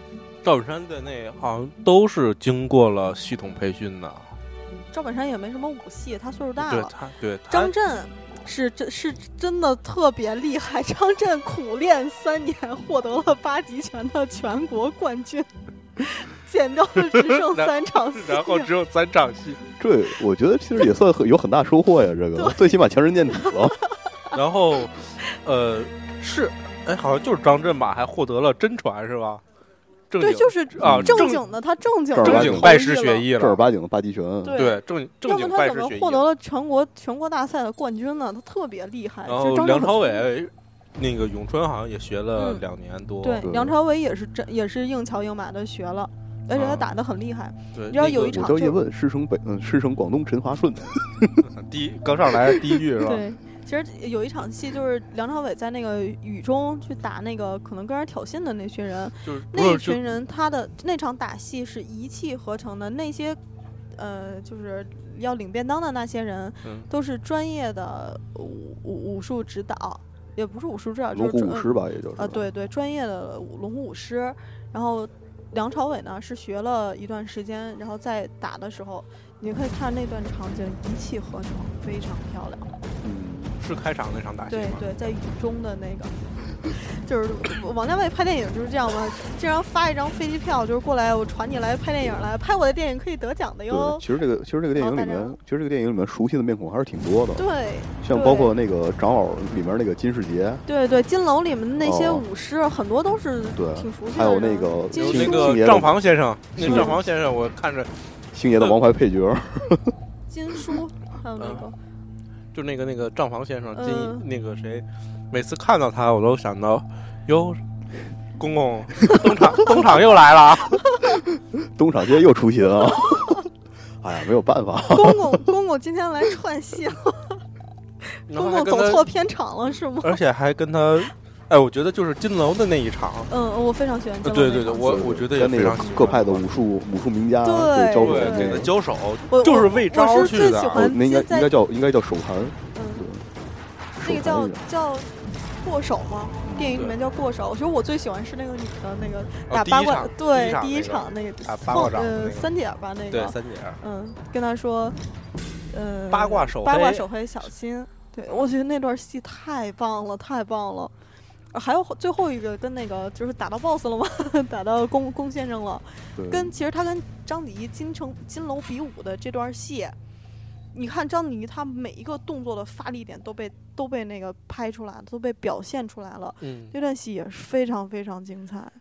[SPEAKER 3] 赵本山在内，好像都是经过了系统培训的。
[SPEAKER 1] 赵本山也没什么武戏，他岁数大
[SPEAKER 3] 对
[SPEAKER 1] 了。
[SPEAKER 3] 他，对他
[SPEAKER 1] 张震是真是真的特别厉害，张震苦练三年，获得了八极拳的全国冠军， 减掉了只剩
[SPEAKER 3] 然
[SPEAKER 1] 三场戏。
[SPEAKER 3] 然后只有三场戏，
[SPEAKER 2] 这我觉得其实也算很有很大收获呀。这个
[SPEAKER 1] 对
[SPEAKER 2] 最起码强身健体了。
[SPEAKER 3] 然后呃是，哎，好像就是张震吧，还获得了真传是吧？正经
[SPEAKER 1] 对，就是
[SPEAKER 3] 啊，
[SPEAKER 1] 正
[SPEAKER 3] 正
[SPEAKER 1] 经的，他正经的
[SPEAKER 2] 正儿
[SPEAKER 3] 正
[SPEAKER 2] 八
[SPEAKER 3] 经
[SPEAKER 2] 经
[SPEAKER 3] 拜师学
[SPEAKER 1] 艺
[SPEAKER 3] 艺
[SPEAKER 2] 正儿
[SPEAKER 3] 了，
[SPEAKER 2] 八经的八极拳，
[SPEAKER 1] 了。
[SPEAKER 3] 对，正正
[SPEAKER 1] 要不
[SPEAKER 3] 经
[SPEAKER 1] 他
[SPEAKER 3] 拜
[SPEAKER 1] 怎
[SPEAKER 3] 师
[SPEAKER 1] 么
[SPEAKER 3] 学艺
[SPEAKER 1] 获。得了全国全国大赛的冠军呢？他特别厉害。
[SPEAKER 3] 然
[SPEAKER 1] 是
[SPEAKER 3] 后
[SPEAKER 1] 张震
[SPEAKER 3] 梁
[SPEAKER 1] 很
[SPEAKER 3] 朝
[SPEAKER 1] 聪明
[SPEAKER 3] 伟那个咏春好像也学了
[SPEAKER 1] 嗯
[SPEAKER 3] 两年多，
[SPEAKER 1] 对
[SPEAKER 2] 对，
[SPEAKER 1] 梁朝伟也是真也是硬桥硬马的学了，而且他
[SPEAKER 3] 啊
[SPEAKER 1] 打得很厉害。
[SPEAKER 3] 对，
[SPEAKER 1] 你知道
[SPEAKER 3] 那
[SPEAKER 1] 有
[SPEAKER 3] 个
[SPEAKER 1] 一场
[SPEAKER 2] 我叫叶问，师承北，嗯，师承广东陈华顺。
[SPEAKER 3] 第一刚上来第一句是吧？
[SPEAKER 1] 对，其实有一场戏就是梁朝伟在那个雨中去打那个可能跟人挑衅的那群人，
[SPEAKER 3] 就是不
[SPEAKER 1] 那
[SPEAKER 3] 是就
[SPEAKER 1] 群人他的那场打戏是一气呵成的，那些呃就是要领便当的那些人
[SPEAKER 3] 嗯
[SPEAKER 1] 都是专业的武武武术指导，也不是武术指啊导，就
[SPEAKER 2] 龙
[SPEAKER 1] 是
[SPEAKER 2] 虎
[SPEAKER 1] 专
[SPEAKER 2] 舞狮吧，也就是
[SPEAKER 1] 啊，，对对，专业的舞龙舞狮。然后梁朝伟呢是学了一段时间，然后在打的时候，你可以看那段场景一气呵成，非常漂亮。
[SPEAKER 2] 嗯，
[SPEAKER 3] 是开场那场打戏
[SPEAKER 1] 对
[SPEAKER 3] 吗？
[SPEAKER 1] 对，在雨中的那个，就是王家卫拍电影就是这样嘛，经常发一张飞机票，就是过来我传你来拍电影来，拍我的电影可以得奖的
[SPEAKER 2] 对，
[SPEAKER 1] 哟。
[SPEAKER 2] 其实这个其实这个电影里
[SPEAKER 1] 然后大
[SPEAKER 2] 面
[SPEAKER 1] 家，
[SPEAKER 2] 其实这个电影里面熟悉的面孔还是挺多的，
[SPEAKER 1] 对
[SPEAKER 2] 像包括那个长老里面那个金世杰，
[SPEAKER 1] 对对，金楼里面的那些
[SPEAKER 2] 哦
[SPEAKER 1] 舞狮，很多都是
[SPEAKER 2] 对
[SPEAKER 1] 挺熟悉的人。
[SPEAKER 2] 还有那个
[SPEAKER 1] 金
[SPEAKER 3] 有
[SPEAKER 1] 星
[SPEAKER 3] 那
[SPEAKER 2] 星
[SPEAKER 3] 个
[SPEAKER 2] 星爷
[SPEAKER 3] 账
[SPEAKER 2] 的
[SPEAKER 3] 房先生，那
[SPEAKER 2] 星爷
[SPEAKER 3] 账房先生，我看着
[SPEAKER 2] 星爷的
[SPEAKER 1] 嗯
[SPEAKER 2] 王牌配角，
[SPEAKER 1] 金叔，还有那
[SPEAKER 2] 嗯
[SPEAKER 1] 个
[SPEAKER 3] 就那个那个账房先生金、
[SPEAKER 1] 嗯
[SPEAKER 3] 那个谁，每次看到他我都想到，哟，公公东厂东厂又来了啊，
[SPEAKER 2] 东厂街又出新啊！哎呀，没有办法，
[SPEAKER 1] 公公公公今天来串戏了，
[SPEAKER 3] 然后
[SPEAKER 1] 公
[SPEAKER 3] 还
[SPEAKER 1] 公
[SPEAKER 3] 跟
[SPEAKER 1] 走
[SPEAKER 3] 他，
[SPEAKER 1] 错片场了是吗？
[SPEAKER 3] 而且还跟他，哎，我觉得就是金楼的那一场，
[SPEAKER 1] 嗯，我非常喜欢这
[SPEAKER 3] 呃
[SPEAKER 1] 个。
[SPEAKER 3] 对对对，我我觉得也
[SPEAKER 2] 跟那
[SPEAKER 3] 非
[SPEAKER 2] 个
[SPEAKER 3] 常喜欢
[SPEAKER 2] 各派的武术武术名家
[SPEAKER 1] 对
[SPEAKER 2] 交手
[SPEAKER 3] 对
[SPEAKER 2] 的
[SPEAKER 3] 给
[SPEAKER 2] 那
[SPEAKER 3] 他
[SPEAKER 2] 个，
[SPEAKER 3] 交手，
[SPEAKER 1] 我
[SPEAKER 3] 就是为招
[SPEAKER 1] 我
[SPEAKER 3] 去
[SPEAKER 1] 是最
[SPEAKER 3] 的啊
[SPEAKER 1] 喜
[SPEAKER 2] 哦
[SPEAKER 1] 欢
[SPEAKER 2] 那应该
[SPEAKER 1] 现
[SPEAKER 2] 应
[SPEAKER 1] 在
[SPEAKER 2] 该叫应该叫手盘，
[SPEAKER 1] 嗯
[SPEAKER 2] 对，
[SPEAKER 1] 那个
[SPEAKER 2] 手
[SPEAKER 1] 叫
[SPEAKER 2] 盘人
[SPEAKER 1] 叫过手吗？电影里
[SPEAKER 3] 对
[SPEAKER 1] 面叫过手。我觉得我最喜欢是那个女的那个
[SPEAKER 3] 哦
[SPEAKER 1] 打
[SPEAKER 3] 第一
[SPEAKER 1] 八卦
[SPEAKER 3] 场，
[SPEAKER 1] 对，
[SPEAKER 3] 第
[SPEAKER 1] 第
[SPEAKER 3] 一
[SPEAKER 1] 一
[SPEAKER 3] 场
[SPEAKER 1] 场那个
[SPEAKER 3] 打八卦
[SPEAKER 1] 凤
[SPEAKER 3] 掌的那
[SPEAKER 1] 呃
[SPEAKER 3] 个
[SPEAKER 1] 三姐儿吧那
[SPEAKER 3] 对，
[SPEAKER 1] 个，
[SPEAKER 3] 三姐儿
[SPEAKER 1] 嗯，跟他说，呃，
[SPEAKER 3] 八卦手
[SPEAKER 1] 八卦
[SPEAKER 3] 黑
[SPEAKER 1] 手黑小心。对，我觉得那段戏太棒了，太棒了。啊还有最后一个跟那个就是打到 BOSS 了吗？ 打到龚龚先生了。
[SPEAKER 2] 对，
[SPEAKER 1] 跟其实他跟章子怡金城金楼比武的这段戏，你看章子怡她每一个动作的发力点都被都被那个拍出来了，都被表现出来了。
[SPEAKER 3] 嗯，
[SPEAKER 1] 这段戏也是非常非常精彩。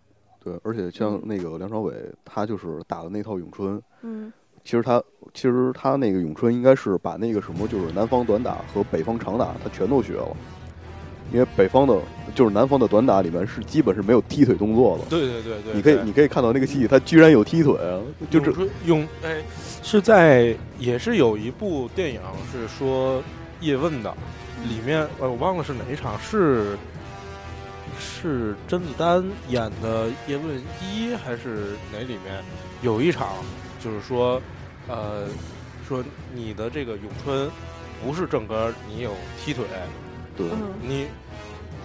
[SPEAKER 2] 对，而且像那个梁朝伟，他就是打的那套咏春，
[SPEAKER 1] 嗯，
[SPEAKER 2] 其实他其实他那个咏春应该是把那个什么就是南方短打和北方长打，他全都学了。因为北方的，就是南方的短打里面是基本是没有踢腿动作的。
[SPEAKER 3] 对对对对，
[SPEAKER 2] 你可以
[SPEAKER 3] 对嗯
[SPEAKER 2] 你可以看到那个戏，他居然有踢腿，啊就
[SPEAKER 3] 咏
[SPEAKER 2] 这
[SPEAKER 3] 春咏哎，是在也是有一部电影是说叶问的，里面呃我忘了是哪一场，是是甄子丹演的叶问一还是哪里面有一场，就是说呃说你的这个咏春不是正根儿，你有踢腿，
[SPEAKER 2] 对
[SPEAKER 1] 嗯
[SPEAKER 3] 你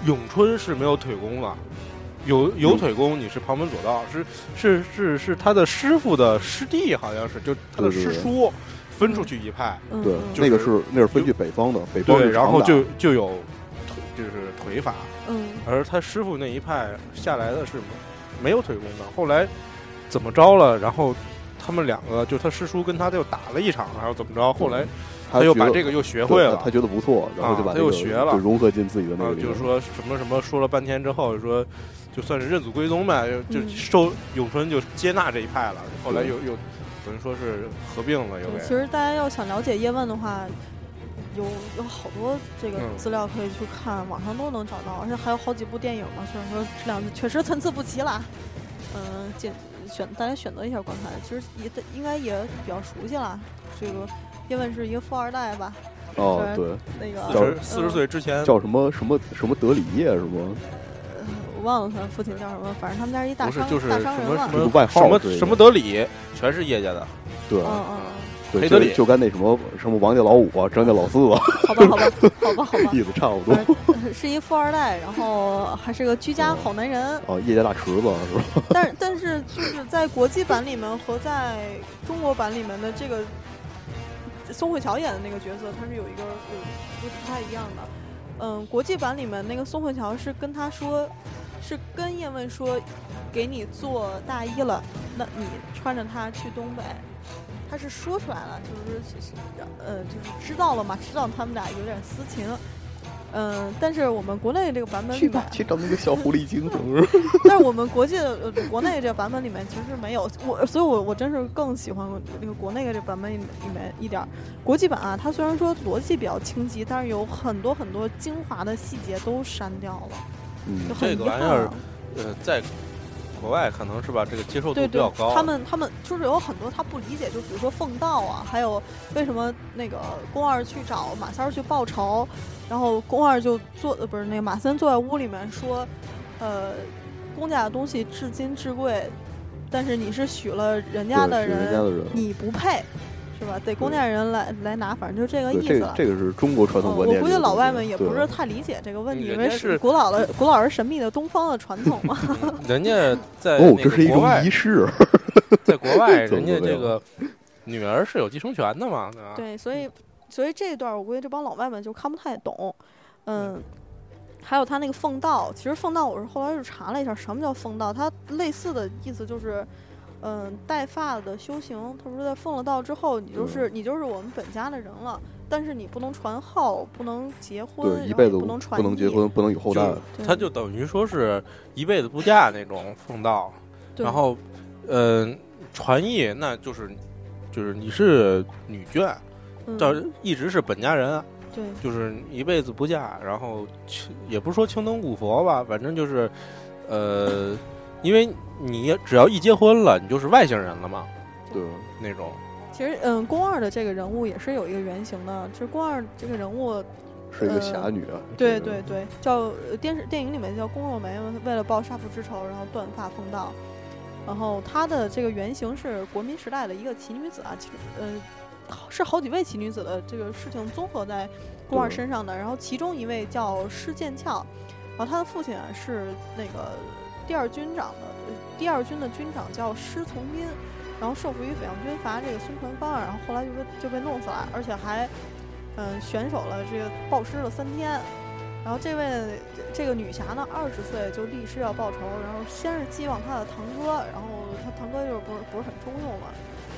[SPEAKER 3] 咏春是没有腿功的，有有腿功你是旁门左道，是是是是他的师傅的师弟，好像是就他
[SPEAKER 2] 对
[SPEAKER 3] 的
[SPEAKER 2] 对
[SPEAKER 3] 师
[SPEAKER 2] 对
[SPEAKER 3] 叔分出去一派，
[SPEAKER 1] 嗯
[SPEAKER 2] 对，
[SPEAKER 1] 嗯
[SPEAKER 3] 就
[SPEAKER 2] 那个
[SPEAKER 3] 是
[SPEAKER 2] 是那是分去北方的，北方
[SPEAKER 3] 对，
[SPEAKER 2] 是
[SPEAKER 3] 然
[SPEAKER 2] 长
[SPEAKER 3] 后
[SPEAKER 2] 打
[SPEAKER 3] 就就有腿就是腿法，
[SPEAKER 1] 嗯
[SPEAKER 3] 而他师傅那一派下来的是没有腿功的，后来怎么着了，然后。他们两个就他师叔跟他就打了一场，然后怎么着？后来
[SPEAKER 2] 嗯他
[SPEAKER 3] 他又
[SPEAKER 2] 觉
[SPEAKER 3] 把
[SPEAKER 2] 得
[SPEAKER 3] 这个又学
[SPEAKER 2] 对
[SPEAKER 3] 会
[SPEAKER 2] 他
[SPEAKER 3] 了，
[SPEAKER 2] 他觉得不错，然后
[SPEAKER 3] 啊
[SPEAKER 2] 就把
[SPEAKER 3] 他
[SPEAKER 2] 这
[SPEAKER 3] 又
[SPEAKER 2] 个
[SPEAKER 3] 学了
[SPEAKER 2] 就融合进自己的那
[SPEAKER 3] 啊
[SPEAKER 2] 个，里
[SPEAKER 3] 就是
[SPEAKER 2] 面。
[SPEAKER 3] 说什么什么说了半天之后，就说就算是认祖归宗呗，就就
[SPEAKER 1] 嗯
[SPEAKER 3] 收咏春就接纳这一派了。后来
[SPEAKER 2] 对
[SPEAKER 3] 又又等于说是合并了，又
[SPEAKER 1] 对，其
[SPEAKER 3] 给
[SPEAKER 1] 实大家要想了解叶问的话，有有好多这个
[SPEAKER 3] 嗯
[SPEAKER 1] 资料可以去看，网上都能找到，而且还有好几部电影嘛。虽然说质量确实参差不齐啦，嗯、简选大家选择一下观看，其实也应该也比较熟悉啦。这个叶问是一个富二代吧？
[SPEAKER 2] 哦，
[SPEAKER 1] 虽
[SPEAKER 2] 对，
[SPEAKER 1] 那个
[SPEAKER 3] 四十
[SPEAKER 1] 嗯
[SPEAKER 3] 四十岁之前
[SPEAKER 2] 叫什么什么什么德里叶什么，
[SPEAKER 1] 我忘了他父亲叫什么，反正他们家是一大
[SPEAKER 3] 不是
[SPEAKER 1] 商
[SPEAKER 3] 就是
[SPEAKER 1] 大
[SPEAKER 3] 什
[SPEAKER 1] 商人
[SPEAKER 3] 么什
[SPEAKER 1] 嘛。
[SPEAKER 2] 有
[SPEAKER 3] 么
[SPEAKER 2] 个外号
[SPEAKER 3] 什么
[SPEAKER 2] 之类的
[SPEAKER 3] 什么德里，全是叶家的。
[SPEAKER 2] 对
[SPEAKER 1] 嗯嗯，
[SPEAKER 3] 啊黑
[SPEAKER 2] 对，
[SPEAKER 3] 德里
[SPEAKER 2] 就就跟那什么什么王家老五啊、张家老四啊，
[SPEAKER 1] 嗯好吧，好吧，好吧， 好吧，
[SPEAKER 2] 意思差不多。
[SPEAKER 1] 反正是一富二代，然后还是个居家
[SPEAKER 3] 嗯
[SPEAKER 1] 好男人。
[SPEAKER 2] 哦，叶家大池子是吧？
[SPEAKER 1] 但但是就是在国际版里面和在中国版里面的这个宋慧乔演的那个角色，她是有一个有有不太一样的。嗯，国际版里面那个宋慧乔是跟他说，是跟叶问说，给你做大衣了，那你穿着它去东北。他是说出来了，就是是呃，就是知道了嘛，知道他们俩有点私情。嗯、但是我们国内这个版本里
[SPEAKER 2] 去
[SPEAKER 1] 面
[SPEAKER 2] 吧，去找那个小狐狸精，是不是？
[SPEAKER 1] 但是我们国际的、呃、国内这版本里面其实是没有我，所以我我真是更喜欢那个国内的这版本里面一点儿。国际版啊，它虽然说逻辑比较清晰，但是有很多很多精华的细节都删掉了，就
[SPEAKER 2] 嗯，
[SPEAKER 1] 很
[SPEAKER 3] 这
[SPEAKER 1] 遗
[SPEAKER 3] 个
[SPEAKER 1] 憾
[SPEAKER 3] 玩意儿
[SPEAKER 1] 啊。
[SPEAKER 3] 呃，在国外可能是吧，这个接受度
[SPEAKER 1] 对
[SPEAKER 3] 比较
[SPEAKER 1] 对，
[SPEAKER 3] 高。
[SPEAKER 1] 他们他们就是有很多他不理解，就比如说奉道啊，还有为什么那个宫二去找马三儿去报仇，然后宫二就坐呃不是那个马三坐在屋里面说，呃，公家的东西至金至贵，但是你是许了人家
[SPEAKER 2] 对，
[SPEAKER 1] 的
[SPEAKER 2] 是
[SPEAKER 1] 人，
[SPEAKER 2] 人家的人。
[SPEAKER 1] 你不配，是吧？得公家人来来拿，反正就这个
[SPEAKER 2] 对，
[SPEAKER 1] 意
[SPEAKER 2] 这
[SPEAKER 1] 思
[SPEAKER 2] 个
[SPEAKER 1] 了。
[SPEAKER 2] 这个是中国
[SPEAKER 1] 嗯
[SPEAKER 2] 传统
[SPEAKER 1] 我
[SPEAKER 2] 观念。
[SPEAKER 1] 估计老外们也不是
[SPEAKER 2] 对啊哦
[SPEAKER 1] 太理解这个问题，
[SPEAKER 3] 人
[SPEAKER 1] 因
[SPEAKER 3] 家
[SPEAKER 1] 为是
[SPEAKER 3] 是
[SPEAKER 1] 古老的古老而神秘的东方的传统嘛。
[SPEAKER 3] 嗯人家在
[SPEAKER 2] 哦，
[SPEAKER 3] 那
[SPEAKER 2] 这
[SPEAKER 3] 个
[SPEAKER 2] 是一
[SPEAKER 3] 国
[SPEAKER 2] 种
[SPEAKER 3] 外
[SPEAKER 2] 仪，式。
[SPEAKER 3] 在国 外
[SPEAKER 2] 怎么
[SPEAKER 3] 人家
[SPEAKER 2] 没
[SPEAKER 3] 这
[SPEAKER 2] 有
[SPEAKER 3] 个女儿是有继承权的嘛，对
[SPEAKER 2] 啊
[SPEAKER 3] 吧？
[SPEAKER 1] 对，
[SPEAKER 2] 嗯
[SPEAKER 1] 所以所以这一段儿我估计这帮老外们就看不太懂，嗯。还有他那个奉道，其实奉道我是后来是查了一下，什么叫奉道？它类似的意思就是，嗯、带发的修行。他说在奉了道之后，你
[SPEAKER 2] 嗯
[SPEAKER 1] 就是、你就是我们本家的人了，但是你不能传号，不能结婚，然
[SPEAKER 2] 对，
[SPEAKER 1] 后
[SPEAKER 2] 一辈
[SPEAKER 1] 也
[SPEAKER 2] 子
[SPEAKER 1] 不能传
[SPEAKER 2] 不能结
[SPEAKER 1] 艺，
[SPEAKER 2] 婚，不能有后代。
[SPEAKER 1] 对
[SPEAKER 3] 他就等于说是一辈子不嫁那种奉道，
[SPEAKER 1] 对
[SPEAKER 3] 然后，嗯、传艺那就是就是你是女眷，
[SPEAKER 1] 嗯
[SPEAKER 3] 到一直是本家人，
[SPEAKER 1] 对，
[SPEAKER 3] 就是一辈子不嫁，然后清也不是说清灯古佛吧，反正就是，呃，因为你只要一结婚了，你就是外姓人了嘛，
[SPEAKER 2] 对，
[SPEAKER 3] 那种
[SPEAKER 1] 其实嗯，宫二的这个人物也是有一个原型的，就是宫二这个人物
[SPEAKER 2] 是一个
[SPEAKER 1] 呃
[SPEAKER 2] 侠女啊。
[SPEAKER 1] 对
[SPEAKER 2] 这个
[SPEAKER 1] 对，对，叫呃电视电影里面叫宫若梅，为了报杀父之仇，然后断发奉道。然后她的这个原型是国民时代的一个奇女子啊，其呃好是好几位奇女子的这个事情综合在宫二
[SPEAKER 2] 对
[SPEAKER 1] 身上的。然后其中一位叫施剑翘，然后他的父亲啊是那个第二军长的呃第二军的军长叫施从斌，然后受俘于北洋军阀这个孙传芳啊，然后后来就被就被弄死了，而且还嗯、选手了这个暴尸了三天。然后这位这个女侠呢，二十岁就立誓要报仇，然后先是寄望她的堂哥，然后她堂哥就是不是不是很冲动嘛，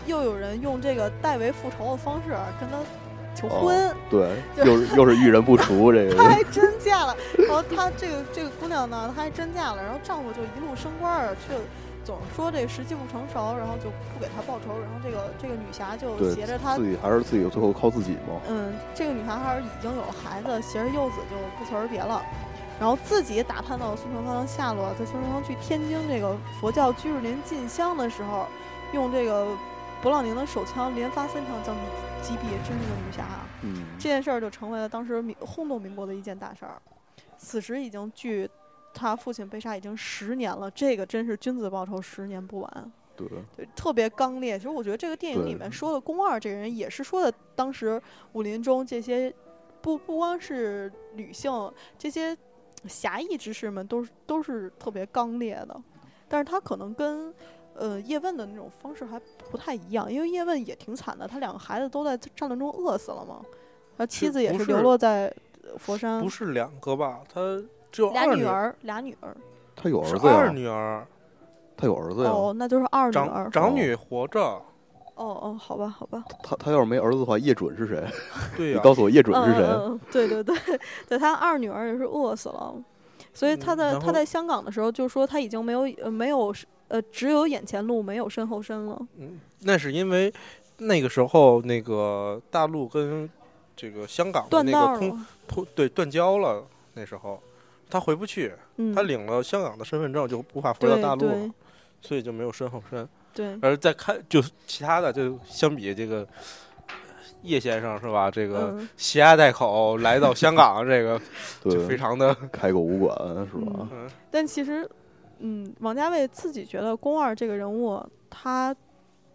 [SPEAKER 1] 又有人用这个代为复仇的方式啊跟她求
[SPEAKER 2] 哦
[SPEAKER 1] 婚，
[SPEAKER 2] 对，
[SPEAKER 1] 就
[SPEAKER 2] 又是又是遇人不淑，这
[SPEAKER 1] 她
[SPEAKER 2] 个
[SPEAKER 1] 还真嫁了。然后她这个这个姑娘呢，她还真嫁了，然后丈夫就一路升官儿，却总是说这时机不成熟，然后就不给她报仇。然后这个这个女侠就
[SPEAKER 2] 对
[SPEAKER 1] 携着她
[SPEAKER 2] 自己还是自己最后靠自己嘛。
[SPEAKER 1] 嗯，这个女孩孩儿已经有了孩子，携着幼子就不辞而别了，然后自己打探到孙传芳的下落，在孙传芳去天津这个佛教居士林进香的时候，用这个勃朗宁的手枪连发三枪将其击毙，真是个女侠啊！
[SPEAKER 2] 嗯，
[SPEAKER 1] 这件事儿就成为了当时民轰动民国的一件大事儿。此时已经距他父亲被杀已经十年了，这个真是君子报仇，十年不晚。
[SPEAKER 2] 对，
[SPEAKER 1] 对，特别刚烈。其实我觉得这个电影里
[SPEAKER 2] 对
[SPEAKER 1] 面说的宫二这个人，也是说的当时武林中这些不不光是女性，这些侠义之士们都是都是特别刚烈的。但是他可能跟呃叶问的那种方式还不太一样，因为叶问也挺惨的，他两个孩子都在战乱中饿死了嘛，他妻
[SPEAKER 3] 是
[SPEAKER 1] 子也
[SPEAKER 3] 不
[SPEAKER 1] 是流
[SPEAKER 3] 是
[SPEAKER 1] 落在呃佛山
[SPEAKER 3] 不，是两个吧？他只有
[SPEAKER 1] 俩
[SPEAKER 3] 二
[SPEAKER 1] 女
[SPEAKER 3] 儿，
[SPEAKER 1] 儿，俩女儿，
[SPEAKER 2] 他有
[SPEAKER 3] 是
[SPEAKER 2] 儿子
[SPEAKER 3] 二
[SPEAKER 2] 呀，
[SPEAKER 3] 女儿，
[SPEAKER 2] 他有儿子呀。
[SPEAKER 1] 哦，那就是二女
[SPEAKER 3] 长
[SPEAKER 1] 儿，
[SPEAKER 3] 长女活着。
[SPEAKER 1] 哦哦，好吧，好吧。
[SPEAKER 2] 他他要是没儿子的话，叶准是谁？
[SPEAKER 3] 对
[SPEAKER 2] 你
[SPEAKER 3] 啊呀，
[SPEAKER 2] 告诉我叶准是谁？
[SPEAKER 1] 嗯嗯嗯、对对对，对他二女儿也是饿死了，所以他
[SPEAKER 3] 嗯
[SPEAKER 1] 在
[SPEAKER 3] 然
[SPEAKER 1] 他
[SPEAKER 3] 后
[SPEAKER 1] 在香港的时候就说他已经没有呃没有呃只有眼前路没有身后身了。
[SPEAKER 3] 嗯，那是因为那个时候那个大陆跟这个香港的
[SPEAKER 1] 断
[SPEAKER 3] 那
[SPEAKER 1] 道
[SPEAKER 3] 个
[SPEAKER 1] 了
[SPEAKER 3] 通，通对断交了，那时候他回不去，
[SPEAKER 1] 嗯，
[SPEAKER 3] 他领了香港的身份证就无法回到
[SPEAKER 1] 对
[SPEAKER 3] 大陆了
[SPEAKER 1] 对，
[SPEAKER 3] 所以就没有身后身。
[SPEAKER 1] 对，
[SPEAKER 3] 而再看就是其他的，就相比这个叶先生是吧？这个
[SPEAKER 1] 嗯，
[SPEAKER 3] 携家带口来到香港，这个就非
[SPEAKER 2] 对，
[SPEAKER 3] 常 的
[SPEAKER 2] 开个武馆是吧？
[SPEAKER 1] 嗯
[SPEAKER 3] 嗯
[SPEAKER 1] 但其实嗯，王家卫自己觉得宫二这个人物他。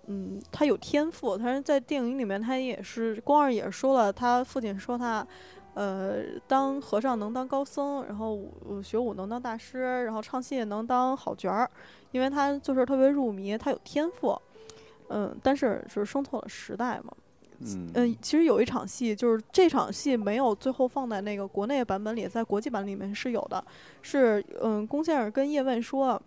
[SPEAKER 1] 嗯，他有天赋，但是在电影里面，他也是宫二也说了，他父亲说他，呃，当和尚能当高僧，然后武呃学武能当大师，然后唱戏也能当好角儿，因为他就是特别入迷，他有天赋，嗯，但是就是生错了时代嘛，嗯
[SPEAKER 2] 嗯，，
[SPEAKER 1] 其实有一场戏，就是这场戏没有最后放在那个国内版本里，在国际版里面是有的。是，嗯，龚先生跟叶问说，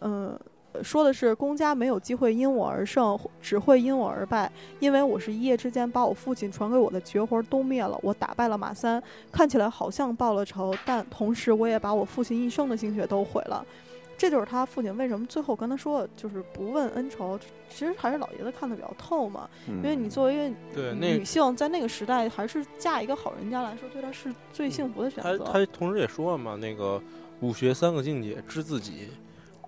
[SPEAKER 1] 嗯，说的是龚家没有机会因我而胜，只会因我而败，因为我是一夜之间把我父亲传给我的绝活都灭了，我打败了马三，看起来好像报了仇，但同时我也把我父亲一生的心血都毁了。这就是他父亲为什么最后跟他说，就是不问恩仇，其实还是老爷子看得比较透嘛。
[SPEAKER 2] 因
[SPEAKER 1] 因为你作为一个
[SPEAKER 3] 对
[SPEAKER 1] 女
[SPEAKER 3] 那
[SPEAKER 1] 嗯女性，在那个时代还是嫁一个好人家来说，对她是最
[SPEAKER 3] 嗯
[SPEAKER 1] 幸福的选
[SPEAKER 3] 他
[SPEAKER 1] 择。
[SPEAKER 3] 他同时也说了嘛，那个武学三个境界，知自己。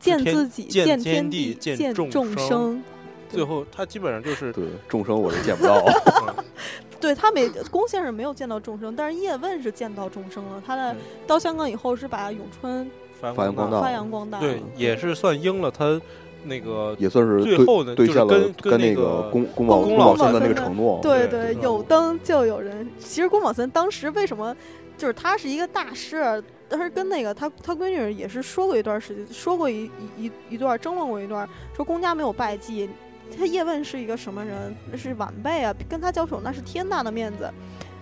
[SPEAKER 1] 见
[SPEAKER 3] 天
[SPEAKER 1] 自己，
[SPEAKER 3] 见
[SPEAKER 1] 见
[SPEAKER 3] 天
[SPEAKER 1] 天
[SPEAKER 3] 地见
[SPEAKER 1] 见
[SPEAKER 3] 众
[SPEAKER 1] 众
[SPEAKER 3] 生
[SPEAKER 1] 生。
[SPEAKER 3] 最后他基本上就是
[SPEAKER 2] 对众生我是见不到，
[SPEAKER 3] 嗯
[SPEAKER 1] 对他没龚先生没有见到众生，但是叶问是见到众生了。他在
[SPEAKER 3] 嗯
[SPEAKER 1] 到香港以后是把咏春
[SPEAKER 3] 发
[SPEAKER 2] 发扬光大
[SPEAKER 1] 发扬光大。
[SPEAKER 3] 对，也是算应了他那个
[SPEAKER 2] 也算是
[SPEAKER 3] 最
[SPEAKER 2] 对
[SPEAKER 3] 后呢，
[SPEAKER 2] 兑
[SPEAKER 3] 就是
[SPEAKER 2] 现了
[SPEAKER 3] 跟跟
[SPEAKER 2] 那
[SPEAKER 3] 个
[SPEAKER 2] 宫宫保
[SPEAKER 1] 宫
[SPEAKER 2] 保
[SPEAKER 1] 保
[SPEAKER 2] 森的
[SPEAKER 1] 森
[SPEAKER 2] 那个
[SPEAKER 1] 的
[SPEAKER 2] 承诺。
[SPEAKER 1] 对
[SPEAKER 3] 对
[SPEAKER 2] 对
[SPEAKER 1] 有灯就有人。其实宫保森当时为什么就是他是一个大师，但是跟那个他他闺女也是说过一段时间，说过一一一一段争论过一段，说公家没有败绩。他叶问是一个什么人？是晚辈啊，跟他交手那是天大的面子。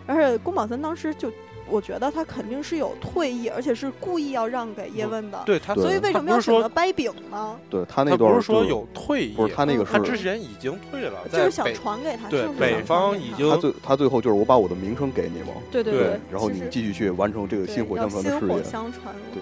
[SPEAKER 1] 而且宫保森当时就，我觉得他肯定是有退役，而且是故意要让给叶问的。
[SPEAKER 3] 对他
[SPEAKER 2] 对
[SPEAKER 1] 所以为什
[SPEAKER 3] 他
[SPEAKER 1] 么
[SPEAKER 3] 不
[SPEAKER 1] 要
[SPEAKER 3] 是
[SPEAKER 1] 选择
[SPEAKER 3] 说
[SPEAKER 1] 掰饼呢？
[SPEAKER 2] 对他那
[SPEAKER 3] 他
[SPEAKER 2] 段
[SPEAKER 3] 不
[SPEAKER 2] 儿
[SPEAKER 3] 是说
[SPEAKER 2] 就
[SPEAKER 3] 有退役，
[SPEAKER 2] 不是他那个
[SPEAKER 1] 嗯
[SPEAKER 2] 是
[SPEAKER 3] 他之前已经退了，
[SPEAKER 1] 就是
[SPEAKER 3] 在
[SPEAKER 1] 想
[SPEAKER 3] 北
[SPEAKER 1] 传给他，
[SPEAKER 3] 对
[SPEAKER 1] 就是
[SPEAKER 3] 北
[SPEAKER 1] 想传
[SPEAKER 3] 方
[SPEAKER 1] 给
[SPEAKER 3] 已
[SPEAKER 1] 他
[SPEAKER 3] 经
[SPEAKER 2] 他最他最后就是我把我的名声给你嘛，
[SPEAKER 1] 对对
[SPEAKER 3] 对
[SPEAKER 2] 然后
[SPEAKER 1] 其
[SPEAKER 2] 你
[SPEAKER 1] 实
[SPEAKER 2] 继续去完成这个
[SPEAKER 1] 对
[SPEAKER 2] 薪火
[SPEAKER 1] 要
[SPEAKER 2] 相传的
[SPEAKER 1] 薪
[SPEAKER 2] 事
[SPEAKER 1] 火
[SPEAKER 2] 业。
[SPEAKER 1] 相传
[SPEAKER 2] 对